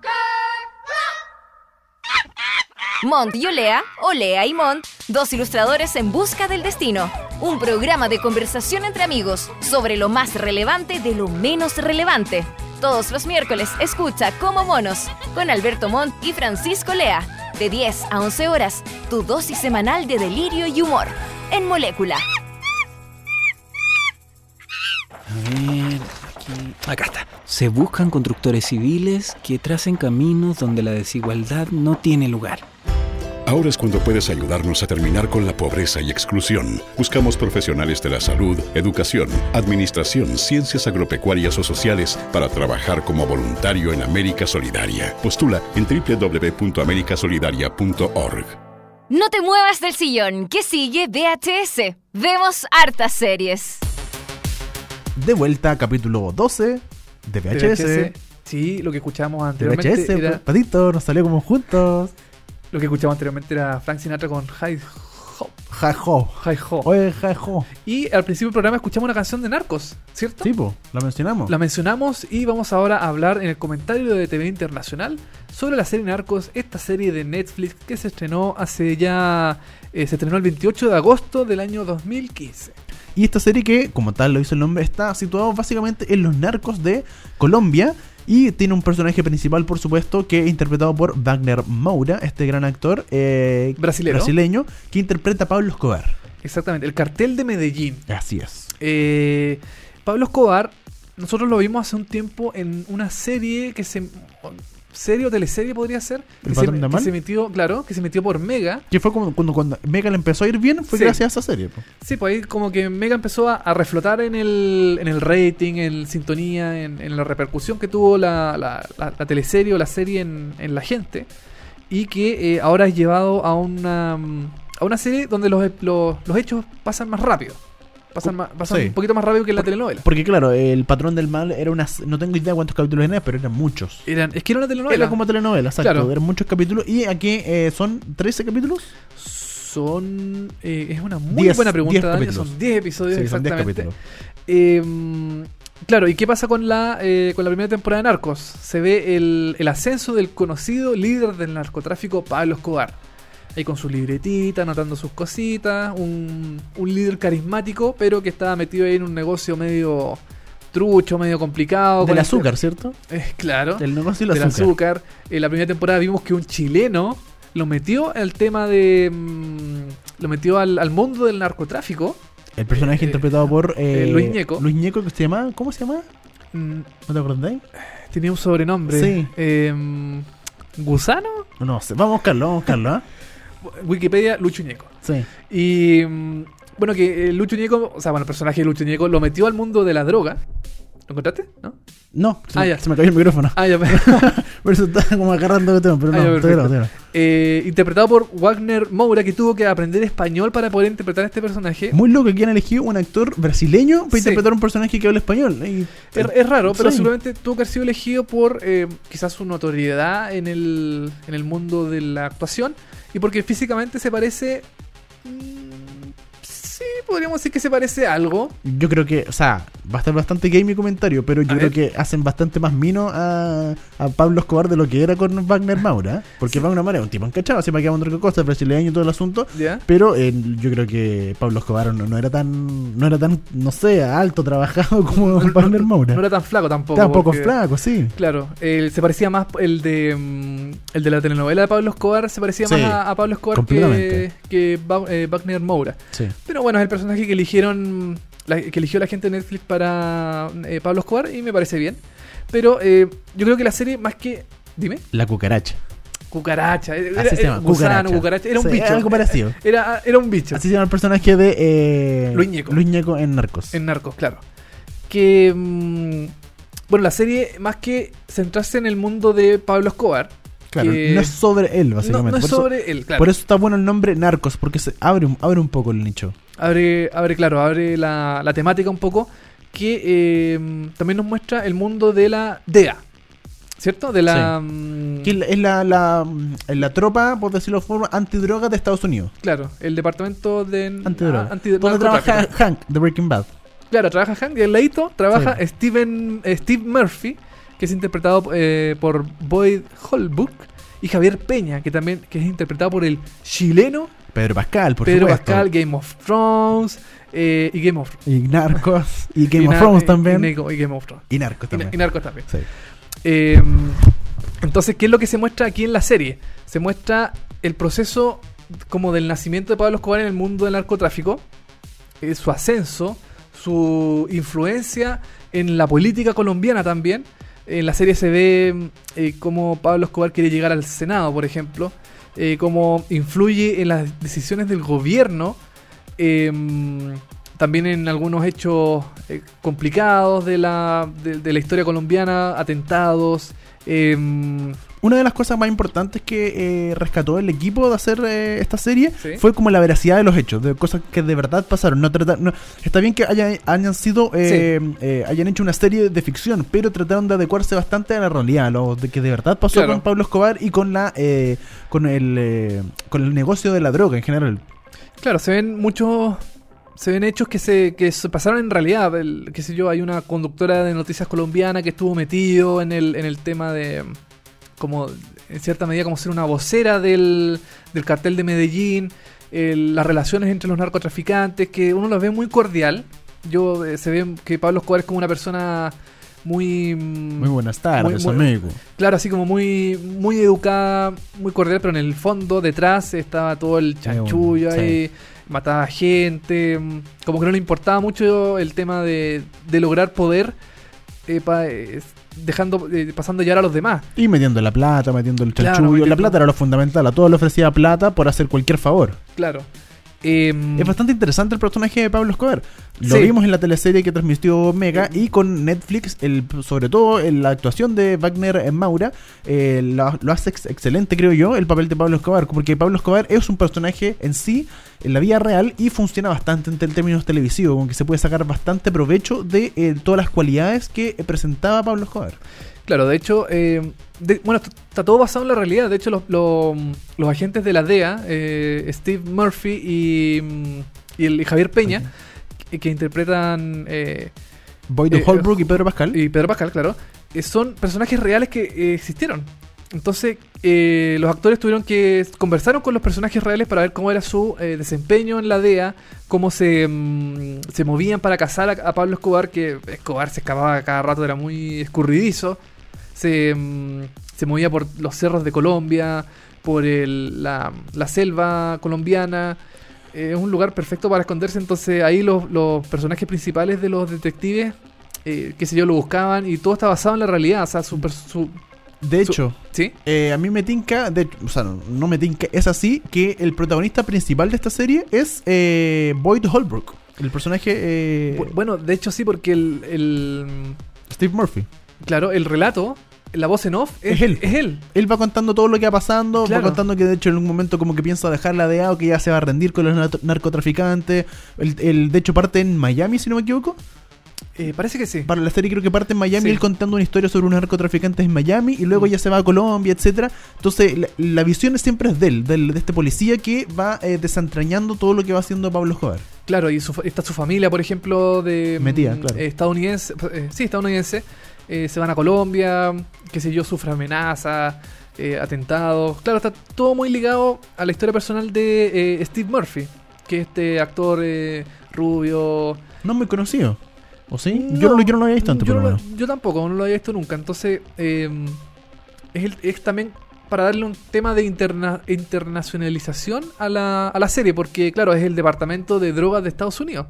S6: curb plop.
S1: Mont y Olea, Olea y Mont, dos ilustradores en busca del destino. Un programa de conversación entre amigos sobre lo más relevante de lo menos relevante. Todos los miércoles escucha Como Monos con Alberto Mont y Francisco Lea. De 10 a 11 horas, tu dosis semanal de delirio y humor. En Molécula.
S3: Acá está.
S7: Se buscan constructores civiles que tracen caminos donde la desigualdad no tiene lugar.
S8: Ahora es cuando puedes ayudarnos a terminar con la pobreza y exclusión. Buscamos profesionales de la salud, educación, administración, ciencias agropecuarias o sociales para trabajar como voluntario en América Solidaria. Postula en www.americasolidaria.org.
S1: No te muevas del sillón, que sigue VHS. Vemos hartas series.
S2: De vuelta, capítulo 12 de VHS.
S3: Sí, lo que escuchamos
S2: De
S3: anteriormente
S2: VHS,
S3: era...
S2: pues, patito, nos salió como juntos. pues.
S3: Lo que escuchamos anteriormente era Frank Sinatra con High Hop.
S2: Jajo.
S3: High Hop.
S2: Oye, jajo.
S3: Y al principio del programa escuchamos una canción de Narcos, ¿cierto?
S2: Sí, po, la mencionamos.
S3: La mencionamos y vamos ahora a hablar en el comentario de TV Internacional sobre la serie Narcos, esta serie de Netflix que se estrenó hace ya... eh, se estrenó el 28 de agosto del año 2015.
S2: Y esta serie que, como tal lo hizo el nombre, está situado básicamente en los narcos de Colombia. Y tiene un personaje principal, por supuesto, que es interpretado por Wagner Moura, este gran actor eh,
S3: Brasilero.
S2: brasileño, que interpreta a Pablo Escobar.
S3: Exactamente, el cartel de Medellín.
S2: Así es.
S3: Eh, Pablo Escobar, nosotros lo vimos hace un tiempo en una serie que se. serie o teleserie podría ser.
S2: ¿El
S3: que se,
S2: patrón de
S3: que
S2: Amal?
S3: se emitió, claro, que se emitió por Mega.
S2: Que fue como cuando, cuando Mega le empezó a ir bien, fue
S3: Sí.
S2: gracias a esa serie. po.
S3: Sí, pues ahí como que Mega empezó a, a reflotar en el, en el rating, en sintonía, en, en la repercusión que tuvo la, la, la- la teleserie o la serie en, en la gente. Y que eh, ahora es llevado a una, mm, a una serie donde los, los, los hechos pasan más rápido. Pasan, más, pasan
S2: Sí.
S3: un poquito más rápido que en la telenovela.
S2: Porque claro, el patrón del mal era una... No tengo idea cuántos capítulos eran, pero eran muchos.
S3: Eran, es que era una telenovela.
S2: Era como telenovela, exacto.
S3: Claro.
S2: Eran muchos capítulos. ¿Y aquí eh, son 13 capítulos?
S3: Son. eh, es una muy
S2: Diez-
S3: buena pregunta,
S2: diez
S3: Dani.
S2: capítulos.
S3: Son 10 episodios
S2: Sí, son 10
S3: exactamente.
S2: capítulos.
S3: Eh, claro, ¿y qué pasa con la, eh, con la primera temporada de Narcos? Se ve el, el ascenso del conocido líder del narcotráfico, Pablo Escobar. Ahí con su libretita, anotando sus cositas. Un, un líder carismático, pero que estaba metido ahí en un negocio medio trucho, medio complicado. con
S2: Del
S3: el-
S2: azúcar, ¿cierto?
S3: Eh, claro
S2: El negocio del
S3: del
S2: azúcar.
S3: azúcar. En la primera temporada vimos que un chileno lo metió al tema de. mm, lo metió al, al mundo del narcotráfico.
S2: El personaje
S3: Eh,
S2: interpretado por... eh,
S3: eh, Luis Ñeco.
S2: Luis Ñeco, que se llama... ¿Cómo se llama?
S3: Mm,
S2: ¿No te acordáis?
S3: tenía un sobrenombre.
S2: Sí.
S3: Em, ¿Gusano?
S2: No sé. Vamos a buscarlo, vamos a buscarlo, ¿ah?
S3: Wikipedia, Lucho Ñeco.
S2: Sí.
S3: Y. mm, bueno, que eh, Lucho Ñeco, o sea, bueno, el personaje de Lucho Ñeco lo metió al mundo de la droga. ¿Lo encontraste? ¿No?
S2: No, se,
S3: Ah, ya.
S2: se me cayó el micrófono.
S3: Ah, ya,
S2: Por eso estaba como agarrando el tema, pero no,
S3: Ah, ya,
S2: todavía no,
S3: perfecto.
S2: todavía
S3: Eh, interpretado por Wagner Moura, que tuvo que aprender español para poder interpretar a este personaje.
S2: no. Muy loco que han elegido un actor brasileño para
S3: Sí.
S2: interpretar a un personaje que habla español. Y-
S3: Es, es raro, pero
S2: Sí.
S3: seguramente tuvo que haber sido elegido por eh, quizás su notoriedad en el, en el mundo de la actuación y porque físicamente se parece. mm, Sí, podríamos decir que se parece a algo.
S2: Yo creo que, o sea, va a estar bastante gay mi comentario, pero yo
S3: A
S2: creo
S3: ver.
S2: que hacen bastante más mino a, a Pablo Escobar de lo que era con Wagner Maura. ¿eh? Porque Wagner Maura es un tipo encachado, se me quedaba otra cosa, brasileño y todo el asunto.
S3: ¿Ya?
S2: Pero eh, yo creo que Pablo Escobar no, no era tan, no era tan, no sé, alto, trabajado como Wagner Maura.
S3: No era tan flaco tampoco.
S2: Estaba un poco
S3: porque-
S2: flaco, sí.
S3: Claro, el- se parecía más el de mm, el de la telenovela de Pablo Escobar, se parecía
S2: Sí,
S3: más a, a Pablo Escobar que,
S2: completamente.
S3: que Ba- eh, Wagner Moura.
S2: Sí.
S3: Pero bueno, es el personaje que eligieron. la- que eligió la gente de Netflix para eh, Pablo Escobar y me parece bien. Pero eh, yo creo que la serie, más que. Dime,
S2: La cucaracha.
S3: cucaracha. eh, Era,
S2: Así se
S3: era
S2: llama,
S3: gusano,
S2: cucaracha.
S3: cucaracha. Era un
S2: Sí,
S3: bicho.
S2: algo parecido.
S3: Era, era un bicho.
S2: Así se llama el personaje de eh,
S3: Luis Ñeco.
S2: Ñeco en Narcos.
S3: En narcos, claro. Que. mm, bueno, la serie, más que centrarse en el mundo de Pablo Escobar.
S2: claro,
S3: que-
S2: no es sobre él,
S3: no-
S2: básicamente.
S3: no es
S2: por, eso,
S3: sobre él, claro.
S2: por eso está bueno el nombre Narcos, porque se abre un, abre un poco el nicho.
S3: Abre, abre claro, abre la, la temática un poco. Que eh, también nos muestra el mundo de la DEA. ¿Cierto? De la. mm,
S2: Que es la, la, mm, la tropa, por decirlo de forma, antidroga de Estados Unidos.
S3: Claro, el departamento de.
S2: Antidroga.
S3: ah, antidro-
S2: Donde
S3: narcotráfico.
S2: trabaja Hank de Breaking Bad.
S3: Claro, trabaja Hank y al ladito trabaja
S2: Sí.
S3: Steven, eh, Steve Murphy, que es interpretado eh, por Boyd Holbrook, y Javier Peña, que también que es interpretado por el chileno
S2: Pedro Pascal, por
S3: Pedro
S2: supuesto.
S3: Pascal, Game of Thrones, eh, y Game of Thrones.
S2: Y Narcos. Y Game
S3: Y
S2: of
S3: na-
S2: Thrones
S3: y-
S2: también.
S3: Y, Nego- y Game of Thrones.
S2: Y Narcos
S3: Y na-
S2: también.
S3: Y, Narcos también.
S2: Sí.
S3: Eh, entonces, ¿qué es lo que se muestra aquí en la serie? Se muestra el proceso como del nacimiento de Pablo Escobar en el mundo del narcotráfico, eh, su ascenso, su influencia en la política colombiana también. En la serie se ve eh, cómo Pablo Escobar quiere llegar al Senado, por ejemplo, eh, cómo influye en las decisiones del gobierno, eh, también en algunos hechos eh, complicados de la, de- de la historia colombiana, atentados. eh,
S2: Una de las cosas más importantes que eh, rescató el equipo de hacer eh, esta serie
S3: Sí.
S2: fue como la veracidad de los hechos, de cosas que de verdad pasaron. No tratar, no- está bien que haya- hayan sido, eh, eh, hayan hecho una serie de ficción, pero trataron de adecuarse bastante a la realidad, a lo de que de verdad pasó
S3: Claro.
S2: con Pablo Escobar y con la, eh, con el, eh, con el negocio de la droga en general.
S3: claro, se ven muchos... Se ven hechos que se, que se pasaron en realidad. El- qué sé yo, hay una conductora de noticias colombiana que estuvo metido en el, en el tema de... mm, como en cierta medida como ser una vocera del, del cartel de Medellín, el- las relaciones entre los narcotraficantes, que uno los ve muy cordial. Yo eh, se ve que Pablo Escobar es como una persona muy... mm,
S2: Muy buenas tardes,
S3: Muy- muy-
S2: amigo.
S3: Claro, así como muy, muy educada, muy cordial, pero en el fondo, detrás, estaba todo el chanchullo
S2: Sí.
S3: ahí, mataba gente, mm, como que no le importaba mucho el tema de, de lograr poder, eh, pa- eh, dejando, eh, pasando ya a los demás.
S2: Y metiendo la plata, metiendo el
S3: Claro,
S2: chanchullo.
S3: metiendo-
S2: La plata era lo fundamental. A todos le ofrecía plata por hacer cualquier favor.
S3: Claro. Eh,
S2: Es bastante interesante el personaje de Pablo Escobar. Lo
S3: Sí. Eh.
S2: vimos en la teleserie que transmitió Mega y con Netflix, el, sobre todo en la actuación de Wagner en Maura, eh, lo, lo hace ex- excelente, creo yo, el papel de Pablo Escobar, porque Pablo Escobar es un personaje en sí, en la vida real, y funciona bastante en, tel- términos televisivos, con que se puede sacar bastante provecho de eh, todas las cualidades que eh, presentaba Pablo Escobar.
S3: Claro, de hecho, eh, de- bueno, esto está todo basado en la realidad. De hecho, los, lo- los agentes de la DEA, eh, Steve Murphy y, mm, y el, y Javier Peña, que, que interpretan... eh,
S2: Boyd de
S3: Eh,
S2: Holbrook y Pedro Pascal.
S3: y Pedro Pascal, claro, eh, son personajes reales que eh, existieron. Entonces, eh, los actores tuvieron que conversaron con los personajes reales para ver cómo era su eh, desempeño en la DEA, cómo se, mm, se movían para cazar a, a Pablo Escobar, que Escobar se escapaba cada rato, era muy escurridizo, se, mm, se movía por los cerros de Colombia, por el- la, la selva colombiana. Eh, es un lugar perfecto para esconderse, entonces ahí los, los personajes principales de los detectives eh, qué sé yo, lo buscaban y todo está basado en la realidad. O sea, su. pers- su-
S2: de hecho,
S3: ¿Sí?
S2: Eh, a mí me tinca, de, o sea, no, no me tinca, es así que el protagonista principal de esta serie es eh, Boyd Holbrook, el personaje eh,
S3: Bu- Bueno, de hecho sí, porque el, el-
S2: Steve Murphy.
S3: Claro, el relato, la voz en off, es,
S2: Es él.
S3: Es él.
S2: Él va contando todo lo que va pasando,
S3: Claro.
S2: va contando que de hecho en un momento como que piensa dejar la DEA o que ya se va a rendir con los nar- narcotraficantes. El, el- de hecho parte en Miami, si no me equivoco.
S3: Eh, parece que sí.
S2: Para la serie creo que parte en Miami,
S3: Sí. Mm.
S2: él contando una historia sobre unos narcotraficantes en Miami y luego ya se va a Colombia, etcétera. Entonces la, la visión es siempre es de él, del- de este policía que va eh, desentrañando todo lo que va haciendo Pablo Escobar.
S3: Claro, y su fa- está su familia, por ejemplo, de. mm,
S2: Metida, claro.
S3: eh, estadounidense. eh, sí, estadounidense. eh, se van a Colombia, qué sé yo, sufre amenazas, eh, atentados. Claro, está todo muy ligado a la historia personal de eh, Steve Murphy, que es este actor eh, rubio,
S2: No es muy conocido. ¿O sí? yo, no, yo no lo había visto antes,
S3: yo
S2: por lo
S3: no lo-
S2: menos.
S3: yo tampoco, no lo había visto nunca. Entonces, eh, es, el- es también para darle un tema de interna- internacionalización a la, a la serie, porque, claro, es el departamento de drogas de Estados Unidos,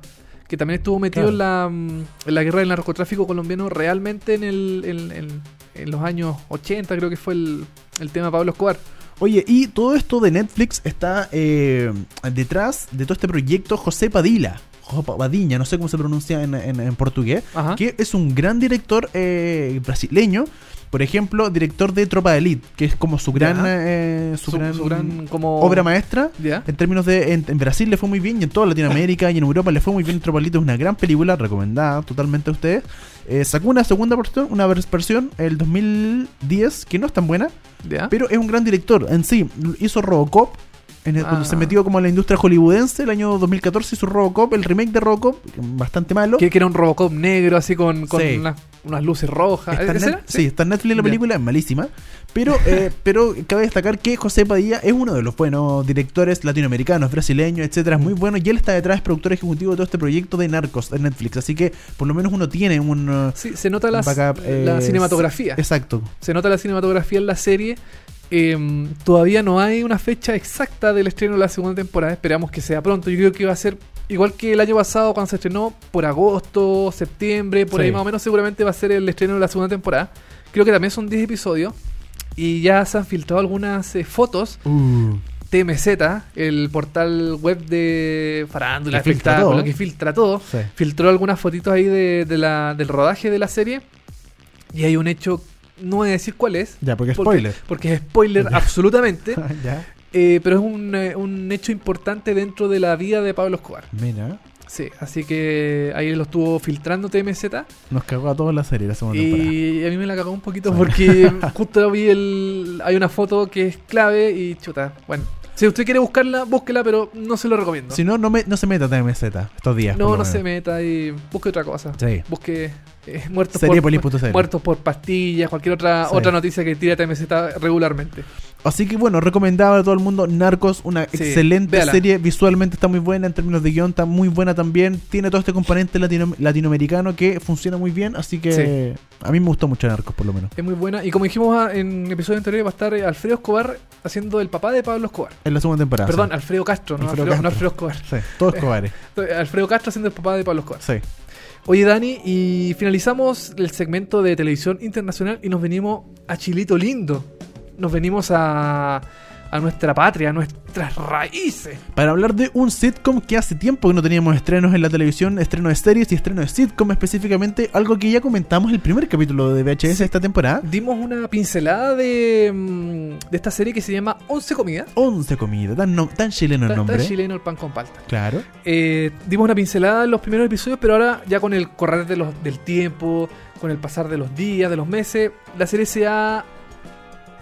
S3: que también estuvo metido en, la, mm, en la guerra del narcotráfico colombiano realmente en, el, en, en- en los años 80, creo que fue el, el tema de Pablo Escobar.
S2: Oye, y todo esto de Netflix está eh, detrás de todo este proyecto José Padilla. José Padilla, no sé cómo se pronuncia en, en- en portugués.
S3: Ajá.
S2: Que es un gran director eh, brasileño. Por ejemplo, director de Tropa de Elite, que es como su gran, eh, su, gran,
S3: como...
S2: obra maestra.
S3: Ya.
S2: En términos de. En, en Brasil le fue muy bien y en toda Latinoamérica y en Europa le fue muy bien. Tropalito es una gran película, recomendada totalmente a ustedes. Eh, sacó una segunda versión, una vers- versión el 2010, que no es tan buena,
S3: ya.
S2: pero es un gran director. En sí, hizo Robocop. en el- Cuando
S3: Ah.
S2: se metió como a la industria hollywoodense, el año 2014 hizo Robocop, el remake de Robocop, bastante malo.
S3: Que, que era un Robocop negro, así con, con
S2: Sí.
S3: unas, unas luces rojas.
S2: Está en
S3: ¿Ese
S2: Net-
S3: era?
S2: sí, está en Netflix la
S3: Ya.
S2: película, es malísima. Pero, eh, pero cabe destacar que José Padilla es uno de los buenos directores latinoamericanos, brasileños, etcétera. Es muy
S3: Mm.
S2: bueno y él está detrás, es productor ejecutivo de todo este proyecto de Narcos en Netflix. Así que por lo menos uno tiene un. eh,
S3: Sí, se nota la,
S2: backup, eh,
S3: la cinematografía.
S2: Exacto.
S3: Se nota la cinematografía en la serie. Em, todavía no hay una fecha exacta del estreno de la segunda temporada. Esperamos que sea pronto. Yo creo que va a ser igual que el año pasado cuando se estrenó por agosto, septiembre, por
S2: Sí.
S3: ahí más o menos seguramente va a ser el estreno de la segunda temporada. Creo que también son 10 episodios. Y ya se han filtrado algunas eh, fotos.
S2: Uh,
S3: TMZ, el portal web de farándula,
S2: Que filtra
S3: espectáculo,
S2: todo.
S3: que filtra todo,
S2: Sí.
S3: filtró algunas fotitos ahí de, de la- del rodaje de la serie. Y hay un hecho, no voy a decir cuál es.
S2: Ya, porque
S3: porque-
S2: spoiler.
S3: Porque es spoiler absolutamente.
S2: ya,
S3: eh, pero es un, eh, un hecho importante dentro de la vida de Pablo Escobar.
S2: mira.
S3: Sí, así que ahí lo estuvo filtrando TMZ.
S2: Nos cagó a toda la serie la segunda temporada.
S3: Y a mí me la cagó un poquito porque justo vi el. Hay una foto que es clave y chuta. Bueno, si usted quiere buscarla, búsquela, pero no se lo recomiendo.
S2: Si no, no, me, no se meta a TMZ estos días.
S3: no,
S2: por lo
S3: no se
S2: menos.
S3: meta y busque otra cosa.
S2: Sí.
S3: Busque eh, muertos,
S2: Serie
S3: por,
S2: Polis.cl.
S3: muertos por pastillas, cualquier otra
S2: Sí.
S3: otra noticia que tira TMZ regularmente.
S2: Así que bueno, recomendaba a todo el mundo Narcos, una
S3: Sí,
S2: excelente
S3: véala.
S2: serie, visualmente está muy buena, en términos de guión está muy buena también, tiene todo este componente latino- latinoamericano que funciona muy bien, así que a mí me gustó mucho Narcos por lo menos.
S3: Es muy buena. Y como dijimos ah, en episodios anteriores, va a estar eh, Alfredo Escobar haciendo el papá de Pablo Escobar.
S2: En la segunda temporada.
S3: Perdón, Alfredo Castro, no
S2: Ah, Alfredo
S3: Alfredo, no
S2: Castro.
S3: Alfredo Escobar.
S2: Sí, Sí, todos cobares.
S3: Entonces, Alfredo Castro haciendo el papá de Pablo Escobar.
S2: Sí.
S3: Oye, Dani, y finalizamos el segmento de televisión internacional y nos venimos a Chilito Lindo. Nos venimos a, a nuestra patria, a nuestras raíces.
S2: Para hablar de un sitcom que hace tiempo que no teníamos estrenos en la televisión, estreno de series y estreno de sitcom específicamente, algo que ya comentamos el primer capítulo de VHS de esta temporada.
S3: Dimos una pincelada de, mm, de esta serie que se llama Once Comidas.
S2: 11 comidas, tan, no- tan chileno el
S3: Está-
S2: nombre.
S3: está chileno el pan con palta.
S2: Claro.
S3: Eh, dimos una pincelada en los primeros episodios, pero ahora ya con el correr de los, del tiempo, con el pasar de los días, de los meses, la serie se ha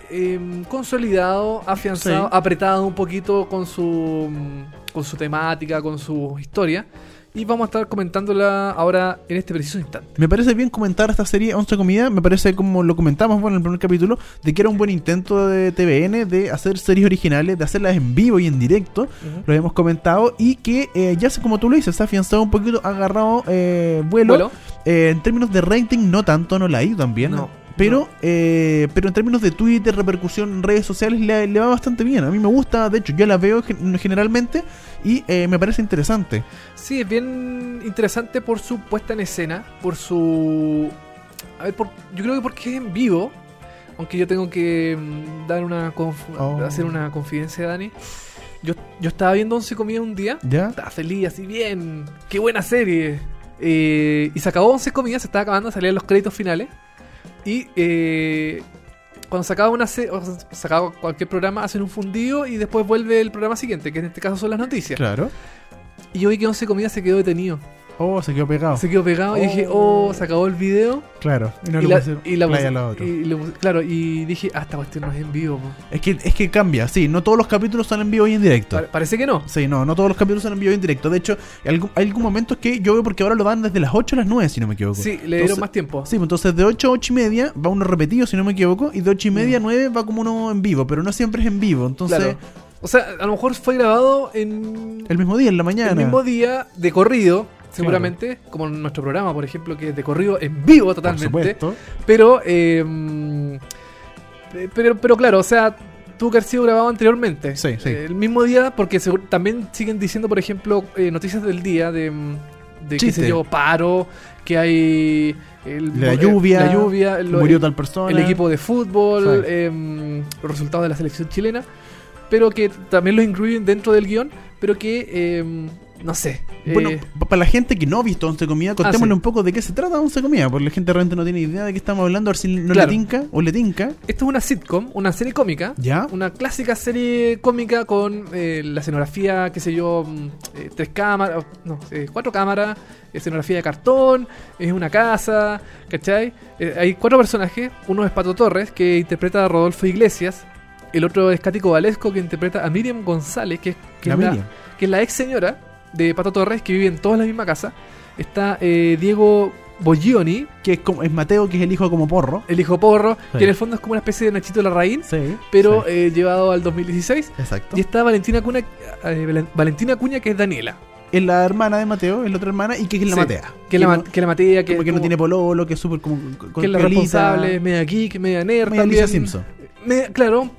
S3: em, consolidado, afianzado,
S2: Sí.
S3: apretado un poquito con su, mm, con su temática, con su historia. Y vamos a estar comentándola ahora en este preciso instante.
S2: Me parece bien comentar esta serie 11 Comidas. Me parece, como lo comentamos bueno, en el primer capítulo, de que era un buen intento de TVN de hacer series originales, de hacerlas en vivo y en directo. Lo habíamos comentado. Y que eh, ya se, como tú lo dices, se ha afianzado un poquito, ha agarrado eh, vuelo.
S3: Bueno,
S2: Eh, en términos de rating, no tanto, no la ha ido tan bien.
S3: No,
S2: Pero,
S3: no.
S2: eh, pero en términos de Twitter, repercusión en redes sociales, le, le va bastante bien. A mí me gusta, de hecho, yo la veo gen- generalmente y eh, me parece interesante.
S3: sí, es bien interesante por su puesta en escena, por su... A ver, por- yo creo que porque es en vivo, aunque yo tengo que mm, dar una conf-
S2: Oh.
S3: hacer una confidencia, Dani. Yo, yo estaba viendo 11 comidas un día,
S2: ¿Ya?
S3: estaba feliz, así bien, qué buena serie. Eh, y se acabó 11 comidas, se estaba acabando, salían los créditos finales. Y eh, cuando se acaba, una se- o sea, se acaba cualquier programa, hacen un fundido y después vuelve el programa siguiente, que en este caso son las noticias.
S2: Claro.
S3: Y yo vi que 11 comidas se quedó detenido.
S2: Oh, se quedó pegado.
S3: Se quedó pegado y dije, oh, se acabó el video.
S2: Claro. no
S3: y,
S2: lo
S3: la,
S2: puede hacer
S3: y la
S2: play
S3: puse-
S2: al otro.
S3: y lo puse- claro, y dije, ah, esta cuestión no es en vivo. po".
S2: Es, que, es que cambia, sí. No todos los capítulos son en vivo y en directo.
S3: Pa- parece que no.
S2: Sí, no, no todos los capítulos son en vivo y en directo. De hecho, hay algún, hay algún momento que yo veo porque ahora lo dan desde las 8 a las 9, si no me equivoco.
S3: Sí, le dieron
S2: Entonces-
S3: más tiempo.
S2: Sí, pues entonces de 8 a 8 y media va uno repetido, si no me equivoco, y de
S3: Mm.
S2: 8 y media a 9 va como uno en vivo, pero no siempre es en vivo. Entonces,
S3: Claro. O sea, a lo mejor fue grabado en
S2: el mismo día, en la mañana.
S3: el mismo día, de corrido, seguramente, como nuestro programa, por ejemplo, que es de corrido en vivo
S2: Por
S3: totalmente.
S2: supuesto.
S3: Pero, eh, mm, pe- pero, pero claro, o sea, tuvo que haber sido grabado anteriormente.
S2: Sí, sí.
S3: Eh, El mismo día, porque seguro- también siguen diciendo, por ejemplo, eh, noticias del día de, mm, de qué
S2: Chiste.
S3: sé yo, paro, que hay. el-
S2: La
S3: eh,
S2: lluvia,
S3: la lluvia, lo-
S2: Murió
S3: el-
S2: tal persona.
S3: el equipo de fútbol,
S2: Sí.
S3: em, los resultados de la selección chilena, pero que también los incluyen dentro del guión, pero que, em, no sé.
S2: Bueno,
S3: eh, Ah,
S2: pa- para la gente que no ha visto Once Comida, contémosle
S3: sí.
S2: un poco de qué se trata Once Comida, porque la gente realmente no tiene idea de qué estamos hablando, a ver si no
S3: Claro.
S2: le tinca o le tinca.
S3: esto es una sitcom, una serie cómica,
S2: ¿Ya?
S3: una clásica serie cómica con eh, la escenografía, qué sé yo, mm, eh, tres cámaras, no, eh, cuatro cámaras, escenografía de cartón, es una casa, ¿cachai? Eh, hay cuatro personajes, uno es Pato Torres, que interpreta a Rodolfo Iglesias, el otro es Cático Valesco, que interpreta a Miriam González, que, es- que
S2: La
S3: es la-
S2: Miriam.
S3: que es la ex señora de Pato Torres, que vive en todas la misma casa. Está eh, Diego Boglioni,
S2: Que es, como- es Mateo, que es el hijo como porro.
S3: el hijo porro,
S2: Sí.
S3: que en el fondo es como una especie de Nachito Larraín,
S2: Sí.
S3: pero
S2: sí.
S3: eh, llevado al 2016.
S2: Exacto.
S3: Y está Valentina Cuna, eh, Valen- Valentina Cuña, que es Daniela.
S2: Es la hermana de Mateo, es la otra hermana, y que es la
S3: Sí,
S2: Matea.
S3: Que es la,
S2: no-
S3: ma- que la Matea, que,
S2: como
S3: es
S2: que no
S3: como-
S2: tiene pololo, que es súper como. con- con
S3: que es la
S2: piolita.
S3: responsable, media geek, media nerd.
S2: Media
S3: también.
S2: Lisa Simpson.
S3: Me- claro,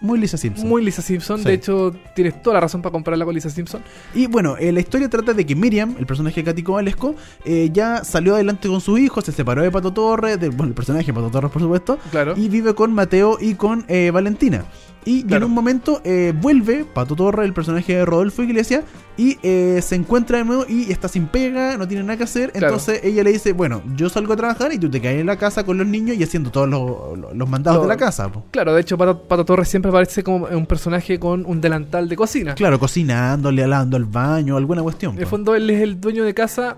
S2: Muy Lisa Simpson.
S3: muy Lisa Simpson.
S2: Sí.
S3: De hecho, tienes toda la razón para compararla con Lisa Simpson.
S2: Y bueno, eh, la historia trata de que Miriam, el personaje de Katy Kovalesco, eh, ya salió adelante con sus hijos, se separó de Pato Torres, de, bueno, el personaje de Pato Torres, por supuesto,
S3: Claro.
S2: y vive con Mateo y con eh, Valentina. Y, y
S3: Claro.
S2: en un momento eh, vuelve Pato Torres, el personaje de Rodolfo Iglesias, y eh, se encuentra de nuevo y está sin pega, no tiene nada que hacer.
S3: Claro.
S2: Entonces ella le dice, bueno, yo salgo a trabajar y tú te caes en la casa con los niños y haciendo todos los, los- los mandados
S3: Todo.
S2: de la casa. po.
S3: Claro, de hecho, Pato, Pato Torres siempre aparece como un personaje con un delantal de cocina.
S2: Claro, cocinando, le alando al baño, alguna cuestión.
S3: En el
S2: po.
S3: fondo, él es el dueño de casa,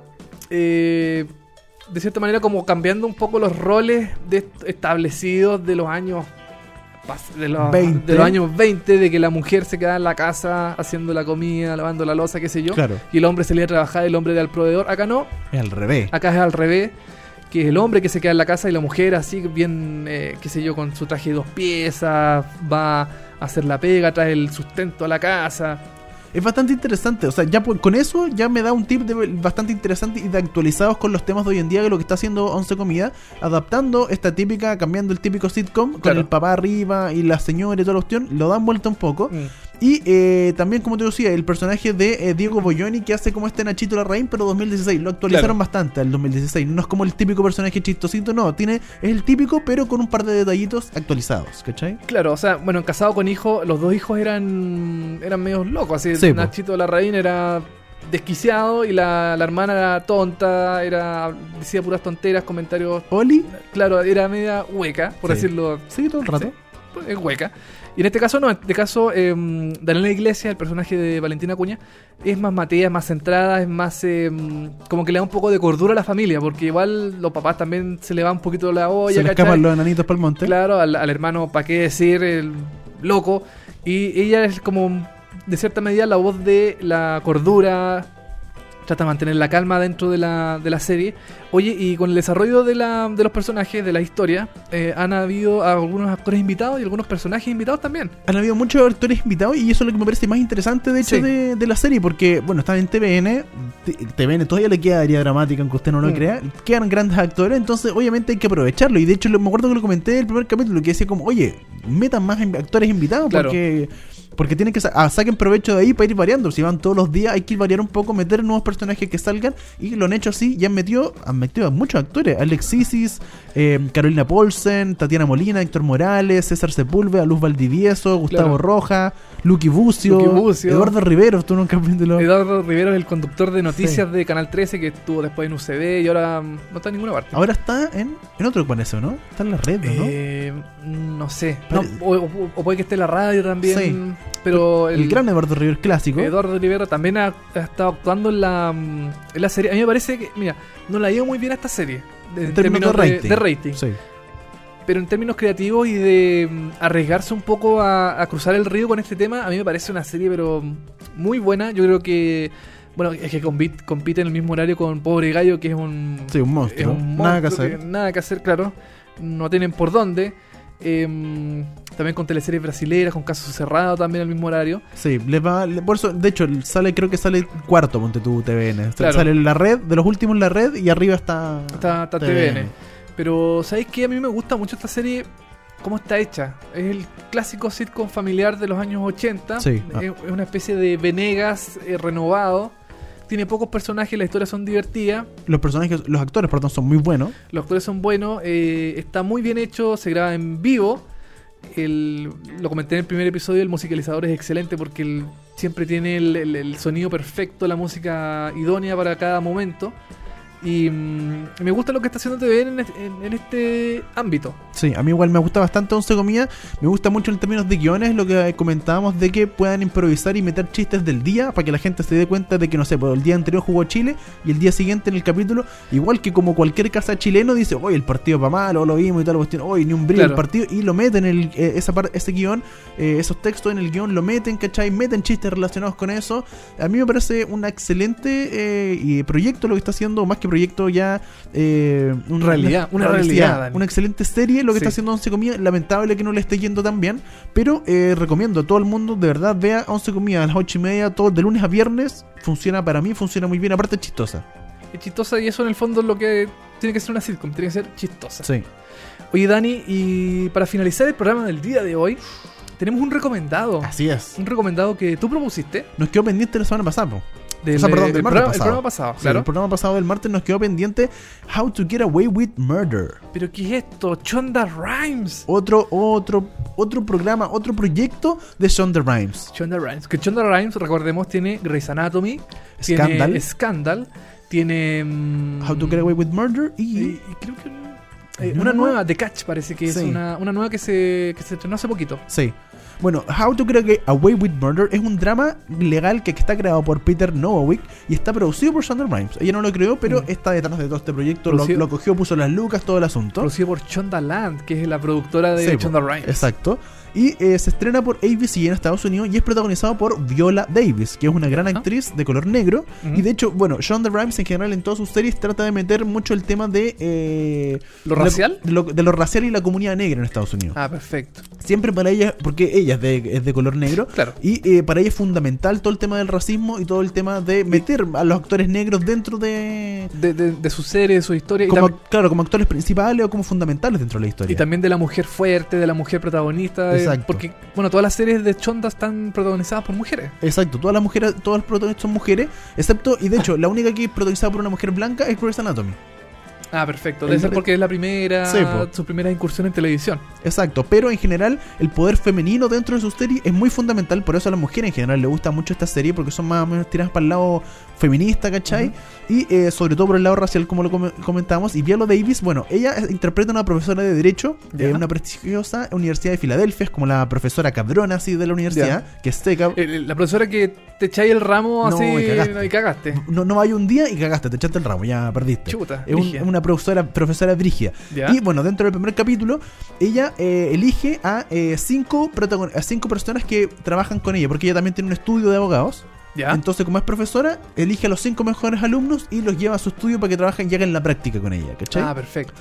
S3: eh, de cierta manera, como cambiando un poco los roles de- establecidos de los años. pas- De los,
S2: 20.
S3: de los años 20, de que la mujer se queda en la casa haciendo la comida, lavando la losa, qué sé yo,
S2: Claro,
S3: y el hombre se le iba a trabajar, el hombre era el proveedor. Acá no,
S2: es al revés.
S3: acá es al revés. que es el hombre que se queda en la casa y la mujer así, bien, eh, qué sé yo, con su traje de dos piezas, va a hacer la pega, trae el sustento a la casa.
S2: Es bastante interesante, o sea, ya po- con eso ya me da un tip de, bastante interesante y de actualizados con los temas de hoy en día que lo que está haciendo Once Comida, adaptando esta típica, cambiando el típico sitcom con
S3: Claro.
S2: el papá arriba y la señora y toda la cuestión, lo dan vuelta un
S3: Mm.
S2: poco. Y eh, también, como te decía, el personaje de eh, Diego Boyoni que hace como este Nachito Larraín, pero 2016. Lo actualizaron
S3: Claro.
S2: bastante al 2016. No es como el típico personaje chistosito, no. tiene Es el típico, pero con un par de detallitos actualizados, ¿cachai?
S3: Claro, o sea, bueno, en casado con hijo, los dos hijos eran eran medios locos, así
S2: Sí, po.
S3: Nachito Larraín era desquiciado y la, la hermana era tonta, era decía puras tonteras, comentarios,
S2: Oli,
S3: claro, era media hueca, por
S2: Sí.
S3: decirlo
S2: sí, todo el rato.
S3: Sí, pues, es hueca. Y en este caso no, en este caso eh, Daniela Iglesias, el personaje de Valentina Cuña, es más matea, es más centrada, es más eh, como que le da un poco de cordura a la familia, porque igual los papás también se le va un poquito la olla,
S2: Se le
S3: ¿cachai?
S2: escapan los enanitos para el monte.
S3: Claro, al, al hermano, ¿para qué decir? El loco. Y ella es como, de cierta medida, la voz de la cordura. Trata de mantener la calma dentro de la, de la serie. Oye, y con el desarrollo de, la, de los personajes, de la historia, eh, han habido algunos actores invitados y algunos personajes invitados también.
S2: Han habido muchos actores invitados y eso es lo que me parece más interesante, de hecho,
S3: Sí.
S2: de, de la serie, porque, bueno, está en TVN, T- TVN todavía le queda área dramática, aunque usted no lo
S3: Mm.
S2: crea, quedan grandes actores, entonces obviamente hay que aprovecharlo. Y de hecho, lo- me acuerdo que lo comenté en el primer capítulo, que decía como, oye, metan más in- actores invitados
S3: Claro.
S2: porque... Porque tienen que sa- ah, saquen provecho de ahí para ir variando. Si van todos los días, hay que ir variar un poco, meter nuevos personajes que salgan. Y lo han hecho así, ya han metido, han metido a muchos actores. Alexisis, eh, Carolina Paulsen, Tatiana Molina, Héctor Morales, César Sepúlveda, Luz Valdivieso, Gustavo
S3: Claro.
S2: Roja, Lucky Bucio,
S3: Lucky Bucio.
S2: Eduardo Rivero, tú nunca capítulo.
S3: Eduardo Rivero es el conductor de noticias de Canal 13 que estuvo después en UCB y ahora mm, no está en ninguna parte.
S2: Ahora está en, en otro eso, ¿no? Está en la red, Ah, ¿no?
S3: Eh, no sé,
S2: Pero-
S3: No, o, o- o puede que esté en la radio también,
S2: Sí.
S3: pero
S2: el, gran Eduardo Rivero, el clásico.
S3: Eduardo Rivera también ha, ha estado actuando en la, mm, en la serie. A mí me parece que, mira, no la ha ido muy bien a esta serie. de-
S2: en términos de rating.
S3: de rating.
S2: Sí.
S3: Pero en términos creativos y de mm, arriesgarse un poco a, a cruzar el río con este tema, a mí me parece una serie, pero mm, muy buena. Yo creo que, bueno, es que compite, compite en el mismo horario con Pobre Gallo, que es un,
S2: Sí, un
S3: es
S2: monstruo.
S3: un
S2: Nada que
S3: monstruo
S2: hacer.
S3: nada que hacer, claro. No tienen por dónde. Em, también con teleseries brasileras, con Caso Cerrado también al mismo horario.
S2: Sí, les va, le- por eso, de hecho, el- sale, creo que sale cuarto Ponte tu TVN. O sea,
S3: Claro.
S2: Sale en la red, de los últimos en la red y arriba está,
S3: Está, está TVN. Pero, ¿sabéis qué? A mí me gusta mucho esta serie. ¿Cómo está hecha? Es el clásico sitcom familiar de los años 80.
S2: Sí.
S3: Es- Es una especie de Venegas eh, renovado. Tiene pocos personajes, las historias son divertidas.
S2: Los personajes, los actores, perdón, son muy buenos.
S3: Los actores son buenos, eh, está muy bien hecho, se graba en vivo. El- lo comenté en el primer episodio, el musicalizador es excelente porque él siempre tiene el, el- el sonido perfecto, la música idónea para cada momento. Y mm, me gusta lo que está haciendo TVN en, es- en- en este ámbito.
S2: Sí, a mí igual me gusta bastante Once Comidas. Me gusta mucho en términos de guiones lo que comentábamos de que puedan improvisar y meter chistes del día para que la gente se dé cuenta de que, no sé, pues, el día anterior jugó Chile y el día siguiente en el capítulo, igual que como cualquier casa chileno dice, hoy el partido va mal, o lo vimos y tal cuestión, hoy ni un brillo
S3: Claro.
S2: el partido, y lo meten en el, eh, esa parte ese guión, eh, esos textos en el guión, lo meten, ¿cachai? Meten chistes relacionados con eso. A mí me parece un excelente eh, y proyecto lo que está haciendo, más que proyecto ya... eh, un-
S3: Realidad, una realidad, Dani.
S2: una excelente serie lo que
S3: Sí.
S2: está haciendo Once Comidas. Lamentable que no le esté yendo tan bien, pero eh, recomiendo a todo el mundo, de verdad, vea Once Comidas a las 8 y media, todo, de lunes a viernes. Funciona para mí, funciona muy bien, aparte es chistosa.
S3: Es chistosa y eso en el fondo es lo que tiene que ser una sitcom, tiene que ser chistosa.
S2: Sí.
S3: Oye Dani, y para finalizar el programa del día de hoy, tenemos un recomendado.
S2: Así es.
S3: Un recomendado que tú propusiste.
S2: Nos quedó pendiente la semana pasada. po.
S3: Del,
S2: O sea, perdón, del
S3: del
S2: martes
S3: programa, el
S2: pasado.
S3: programa pasado,
S2: Sí,
S3: claro.
S2: el programa pasado del martes nos quedó pendiente How to Get Away with Murder.
S3: ¿Pero qué es esto? Chonda Rhymes.
S2: Otro, otro, otro programa, otro proyecto de Shonda Rhimes.
S3: Chonda Rhimes. Que Chonda Rhimes, recordemos, tiene Grey's Anatomy,
S2: Scandal.
S3: tiene Scandal, tiene. mm,
S2: How to Get Away with Murder y
S3: y- y creo que. Eh, una nueva, The Catch parece que es
S2: Sí.
S3: una, una nueva que se, que se estrenó hace poquito.
S2: Sí. Bueno, How to Get Away with Murder es un drama legal que está creado por Peter Novick y está producido por Shonda Rhimes. Ella no lo creó,
S3: Mm.
S2: pero está detrás de todo este proyecto. Lo,
S3: Producido-
S2: lo cogió, puso las lucas, todo el asunto.
S3: Producido por Chonda Land, que es la productora de
S2: Sí, po.
S3: Chonda Rhimes.
S2: Exacto. Y eh, se estrena por ABC en Estados Unidos y es protagonizado por Viola Davis, que es una gran
S3: Ajá.
S2: actriz de color negro.
S3: Ah. Ujú.
S2: Y de hecho, bueno, Shonda Rhimes en general en todas sus series trata de meter mucho el tema de... eh,
S3: ¿Lo
S2: la-
S3: racial?
S2: de lo, de lo racial y la comunidad negra en Estados Unidos.
S3: Ah, perfecto.
S2: Siempre para ella, porque ella es de, es de color negro.
S3: Claro.
S2: Y eh, para ella es fundamental todo el tema del racismo y todo el tema de meter a los actores negros dentro de...
S3: De, de, de sus series, de su historia. y
S2: Como,
S3: tam-
S2: claro, como actores principales o como fundamentales dentro de la historia.
S3: Y también de la mujer fuerte, de la mujer protagonista. de-
S2: Exacto.
S3: porque, bueno, todas las series de Chonda están protagonizadas por mujeres.
S2: Exacto, todas las mujeres, todas las protagonistas son mujeres, excepto, y de hecho, la única que es protagonizada por una mujer blanca es Grey's Anatomy.
S3: Ah, perfecto.
S2: El
S3: Debe ser
S2: re-
S3: porque es la primera,
S2: Sí, po.
S3: su primera incursión en televisión.
S2: Exacto, pero en general, el poder femenino dentro de su serie es muy fundamental, por eso a las mujeres en general les gusta mucho esta serie, porque son más o menos tiradas para el lado feminista, ¿cachai? Y eh, sobre todo por el lado racial, como lo com- comentamos. Y Viola Davis, bueno, ella es- interpreta a una profesora de Derecho
S3: Ya.
S2: de una prestigiosa Universidad de Filadelfia, es como la profesora cabrona así de la universidad, que es seca.
S3: El- el- Eh, la profesora que te echáis el ramo
S2: No,
S3: así
S2: y cagaste.
S3: y cagaste.
S2: No, no hay un día y cagaste, te echaste el ramo, ya perdiste.
S3: Chuta,
S2: es un-
S3: brígida.
S2: una profesora, profesora brígida.
S3: Ya.
S2: Y bueno, dentro del primer capítulo, ella eh, elige a, eh, cinco protagon- a cinco personas que trabajan con ella, porque ella también tiene un estudio de abogados.
S3: Ya.
S2: Entonces, como es profesora, elige a los cinco mejores alumnos y los lleva a su estudio para que trabajen y hagan la práctica con ella, ¿cachai?
S3: Ah, perfecto.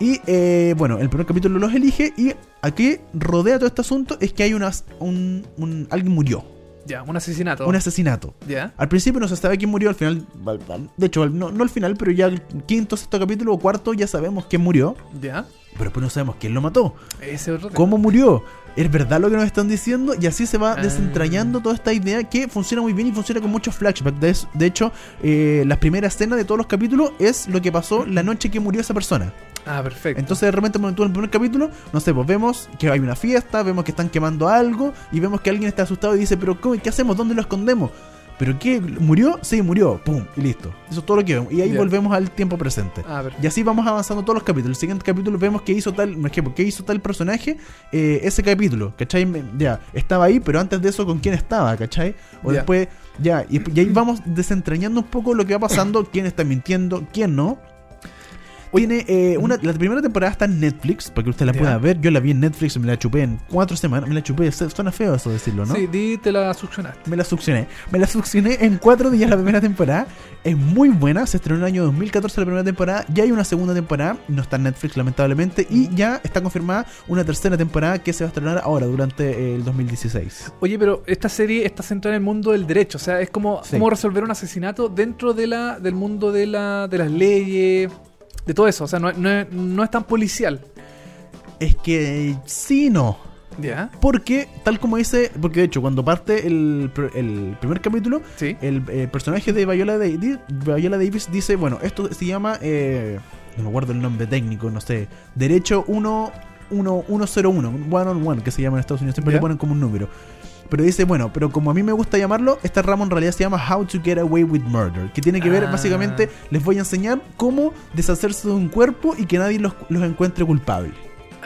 S2: Y eh, bueno, el primer capítulo los elige y aquí rodea todo este asunto es que hay unas, un, un- alguien murió,
S3: Ya, un asesinato.
S2: un asesinato.
S3: Ya.
S2: Al principio no se sabe quién murió, al final, al- al- de hecho, al- no, no al final, pero ya el quinto, sexto capítulo o cuarto ya sabemos quién murió,
S3: Ya.
S2: pero después no sabemos quién lo mató,
S3: Ese otro. tema.
S2: cómo murió, es verdad lo que nos están diciendo y así se va
S3: Ah.
S2: desentrañando toda esta idea que funciona muy bien y funciona con muchos flashbacks. De, de hecho, eh, la primera escena de todos los capítulos es lo que pasó la noche que murió esa persona.
S3: Ah, perfecto.
S2: Entonces de repente bueno, tú en el primer capítulo, no sé, pues vemos que hay una fiesta, vemos que están quemando algo y vemos que alguien está asustado y dice, pero cómo, ¿qué hacemos? ¿Dónde lo escondemos? ¿Pero qué? ¿Murió? Sí, murió. Pum, y listo. Eso es todo lo que vemos. Y ahí
S3: Ya.
S2: volvemos al tiempo presente.
S3: Ah, perfecto.
S2: Y así vamos avanzando todos los capítulos. El siguiente capítulo vemos que hizo tal, por ejemplo, que hizo tal personaje eh, ese capítulo, ¿cachai? Me- Ya, estaba ahí, pero antes de eso, ¿con quién estaba, cachai? O
S3: Ya.
S2: después, ya, y, y ahí vamos desentrañando un poco lo que va pasando, quién está mintiendo, quién no. Tiene eh, una, la primera temporada está en Netflix, para que usted la
S3: Ya.
S2: pueda ver. Yo la vi en Netflix, me la chupé en cuatro semanas, me la chupé, se- suena feo eso decirlo, ¿no?
S3: Sí, di, te la succionaste.
S2: Me la succioné. Me la succioné en cuatro días la primera temporada. Es muy buena. Se estrenó en el año 2014 la primera temporada. Ya hay una segunda temporada. No está en Netflix, lamentablemente. Y ya está confirmada una tercera temporada que se va a estrenar ahora, durante el 2016.
S3: Oye, pero esta serie está centrada en el mundo del derecho, o sea, es como
S2: Sí.
S3: cómo resolver un asesinato dentro de la, del mundo de, la, de las leyes, de todo eso, o sea, no, no es- no es tan policial.
S2: Es que sí, no.
S3: ¿Ya?
S2: Porque, tal como dice, porque de hecho, cuando parte el, pr- el primer capítulo,
S3: Sí.
S2: el, eh, personaje de Viola, Davi- Viola Davis, dice: Bueno, esto se llama, eh, no me acuerdo el nombre técnico, no sé, Derecho 1, 1, 101, One on One, que se llama en Estados Unidos, siempre le
S3: Ya.
S2: ponen como un número. Pero dice, bueno, pero como a mí me gusta llamarlo, este ramo en realidad se llama How to Get Away with Murder, que tiene que ver
S3: Ah.
S2: básicamente, les voy a enseñar cómo deshacerse de un cuerpo y que nadie los, los encuentre culpables.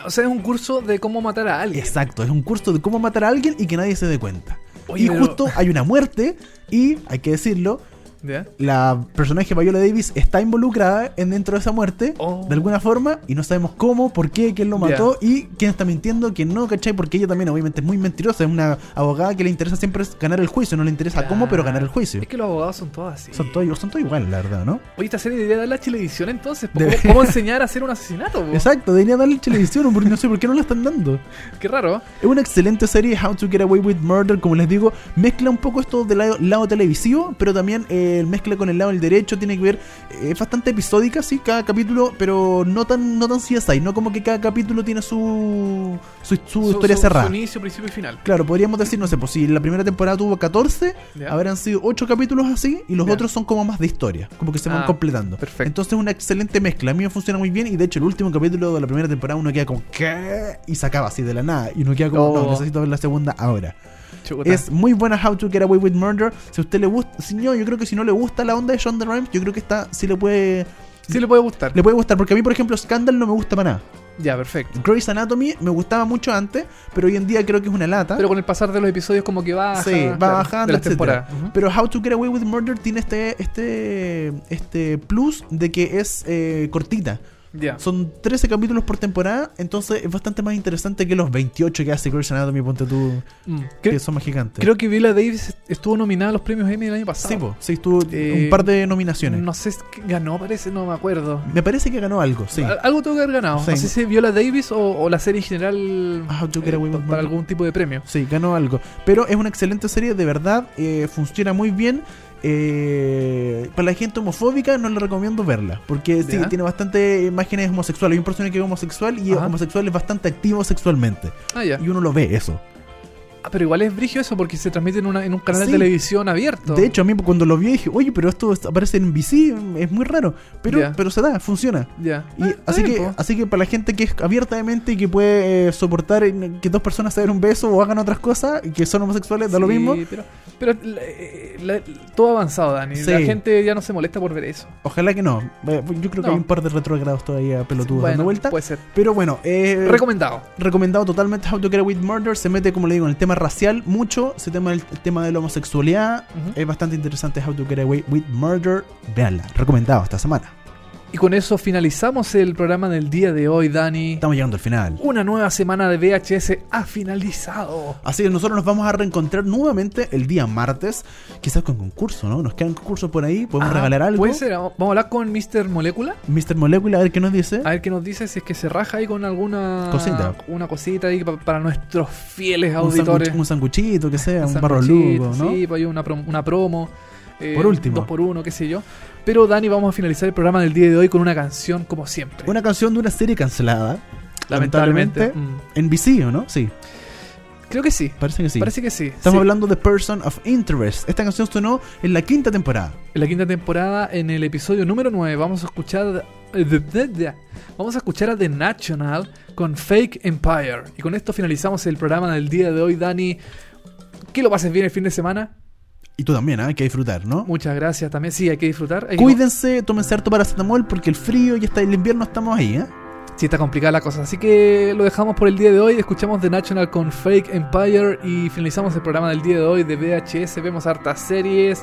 S3: O sea, es un curso de cómo matar a alguien.
S2: Exacto, es un curso de cómo matar a alguien y que nadie se dé cuenta.
S3: Oye,
S2: y
S3: pero-
S2: justo hay una muerte y, hay que decirlo,
S3: ¿Ya?
S2: la personaje Viola Davis está involucrada en dentro de esa muerte,
S3: Oh.
S2: de alguna forma, y no sabemos cómo, por qué, quién lo
S3: Ya.
S2: mató y quién está mintiendo, quién no, ¿cachai? Porque ella también obviamente es muy mentirosa, es una abogada que le interesa siempre es ganar el juicio, no le interesa cómo, pero ganar el juicio.
S3: Es que los abogados son todos así.
S2: Son todos son todos iguales, la verdad, ¿no?
S3: Oye, esta serie debería dar la televisión entonces. po. ¿Cómo,
S2: Debe-
S3: cómo enseñar a hacer un asesinato? po?
S2: Exacto, debería darle televisión, porque no sé por qué no la están dando.
S3: Qué raro.
S2: Es una excelente serie, How to Get Away with Murder, como les digo, mezcla un poco esto del lado, lado televisivo, pero también eh, mezcla con el lado del derecho, tiene que ver, eh, es bastante episódica, sí, cada capítulo, pero no tan, no tan CSI, no como que cada capítulo tiene su, su, su historia cerrada.
S3: Su inicio, principio y final.
S2: Claro, podríamos decir, no sé, pues si la primera temporada tuvo 14,
S3: Ya.
S2: habrán sido 8 capítulos así, y los
S3: Ya.
S2: otros son como más de historia, como que se van
S3: Ah,
S2: completando.
S3: perfecto.
S2: Entonces es una excelente mezcla, a mí me funciona muy bien, y de hecho el último capítulo de la primera temporada uno queda como, ¿qué? Y se acaba así de la nada, y uno queda como,
S3: Oh.
S2: no, necesito ver la segunda ahora.
S3: Chuta.
S2: Es muy buena How to Get Away with Murder, si a usted le gusta, si no, yo creo que si no le gusta la onda de Shonda Rhimes, yo creo que esta sí le puede...
S3: Sí le puede gustar.
S2: Le puede gustar, porque a mí, por ejemplo, Scandal no me gusta para nada.
S3: Ya, perfecto.
S2: Grey's Anatomy me gustaba mucho antes, pero hoy en día creo que es una lata.
S3: Pero con el pasar de los episodios como que baja.
S2: sí, va
S3: claro,
S2: bajando,
S3: De las
S2: etcétera.
S3: temporadas. Ujú.
S2: Pero How to Get Away with Murder tiene este este este plus de que es eh, cortita.
S3: Ya.
S2: Son 13 capítulos por temporada, entonces es bastante más interesante que los 28 que hace Grey's Anatomy, ponte tú,
S3: Mm.
S2: que
S3: Cre-
S2: son más gigantes.
S3: Creo que Viola Davis estuvo nominada a los premios Emmy el año pasado.
S2: sí, po, sí, estuvo
S3: Eh,
S2: un par de nominaciones.
S3: No sé, si ganó parece, no me acuerdo.
S2: Me parece que ganó algo, sí.
S3: Al- Algo tuvo que haber ganado.
S2: Sí. Ah,
S3: No sé si Viola Davis o, o la serie en general
S2: How to Get Away with
S3: para
S2: Murder.
S3: algún tipo de premio.
S2: Sí, ganó algo. Pero es una excelente serie, de verdad, eh, funciona muy bien. Eh, para la gente homofóbica no le recomiendo verla, porque sí,
S3: Ya.
S2: tiene bastante imágenes homosexuales. Hay un personaje que es homosexual y
S3: Ajá.
S2: es homosexual es bastante activo sexualmente.
S3: Ah, ya.
S2: Y uno lo ve eso.
S3: Ah, pero igual es brigio eso porque se transmite en, una- en un canal
S2: Sí.
S3: de televisión abierto.
S2: De hecho, a mí cuando lo vi dije, oye, pero esto es- aparece en BC, es muy raro. Pero,
S3: Ya.
S2: pero se da, funciona.
S3: Ya.
S2: Y
S3: Ah, está
S2: así,
S3: bien,
S2: que,
S3: po.
S2: así que para la gente que es abierta de mente y que puede eh, soportar en- que dos personas se den un beso o hagan otras cosas y que son homosexuales, da lo
S3: Sí,
S2: mismo.
S3: Pero, pero la- la- todo avanzado, Dani.
S2: Sí.
S3: La gente ya no se molesta por ver eso.
S2: Ojalá que no. Eh, Yo creo que
S3: No.
S2: hay un par de retrogrados todavía pelotudos
S3: Bueno, pues,
S2: dando vuelta.
S3: Puede ser.
S2: Pero bueno, eh,
S3: Recomendado.
S2: recomendado totalmente How to Get Away with Murder. Se mete, como le digo, en el tema racial mucho. Se tema el, tema de la homosexualidad.
S3: Ujú.
S2: Es bastante interesante How to Get Away with Murder. Veanla. Recomendado esta semana.
S3: Y con eso finalizamos el programa del día de hoy, Dani.
S2: Estamos llegando al final.
S3: Una nueva semana de VHS ha finalizado.
S2: Así es, nosotros nos vamos a reencontrar nuevamente el día martes. Quizás con concurso, ¿no? Nos quedan concursos por ahí. Podemos
S3: Ah,
S2: regalar algo.
S3: Puede ser. Vamos a hablar con Mr. Molecula.
S2: Mr. Molecula, a ver qué nos dice.
S3: A ver qué nos dice si es que se raja ahí con alguna
S2: Cosita.
S3: Una cosita ahí pa- para nuestros fieles
S2: Un,
S3: auditores.
S2: sanguch- un sanguchito, que sea, un, barro
S3: sanguchito,
S2: lugo, ¿no?
S3: Sí, pues hay una, prom- una promo. eh,
S2: Por último.
S3: Dos por uno, qué sé yo. Pero Dani, vamos a finalizar el programa del día de hoy con una canción como siempre.
S2: Una canción de una serie cancelada.
S3: lamentablemente.
S2: En VC, ¿o no? Sí,
S3: Mm, creo que sí.
S2: parece que sí.
S3: Parece que sí.
S2: Estamos
S3: Sí.
S2: hablando de Person of Interest. Esta canción sonó en la quinta temporada.
S3: En la quinta temporada, en el episodio número 9, vamos a escuchar. eh, Vamos a escuchar a The National con Fake Empire. Y con esto finalizamos el programa del día de hoy, Dani. Que lo pases bien el fin de semana.
S2: Y tú también, ¿ah? hay que disfrutar, ¿no?
S3: Muchas gracias también. Sí, hay que disfrutar. Hay que-
S2: Cuídense, tómense harto paracetamol porque el frío y hasta el invierno estamos ahí, ¿eh?
S3: Sí, está complicada la cosa. Así que lo dejamos por el día de hoy. Escuchamos The National con Fake Empire. Y finalizamos el programa del día de hoy de VHS. Vemos hartas series.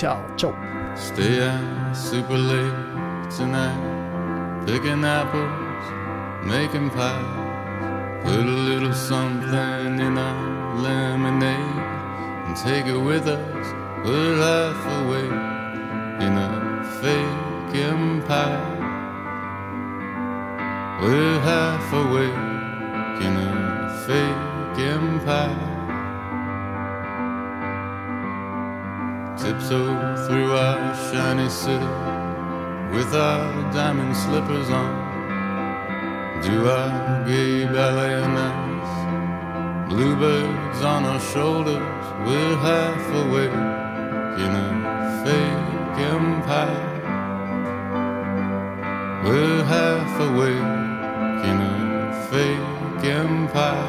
S3: Chao. Chao.
S6: Stay out super late tonight, picking apples, making pies. Put a little something in our lemonade and take it with us. We're half awake in a fake empire. We're half awake in a fake empire. tiptoe through our shiny city with our diamond slippers on. Do our gay ballet nights, bluebirds on our shoulders, we're half awake in a fake empire. We're half awake in a fake empire.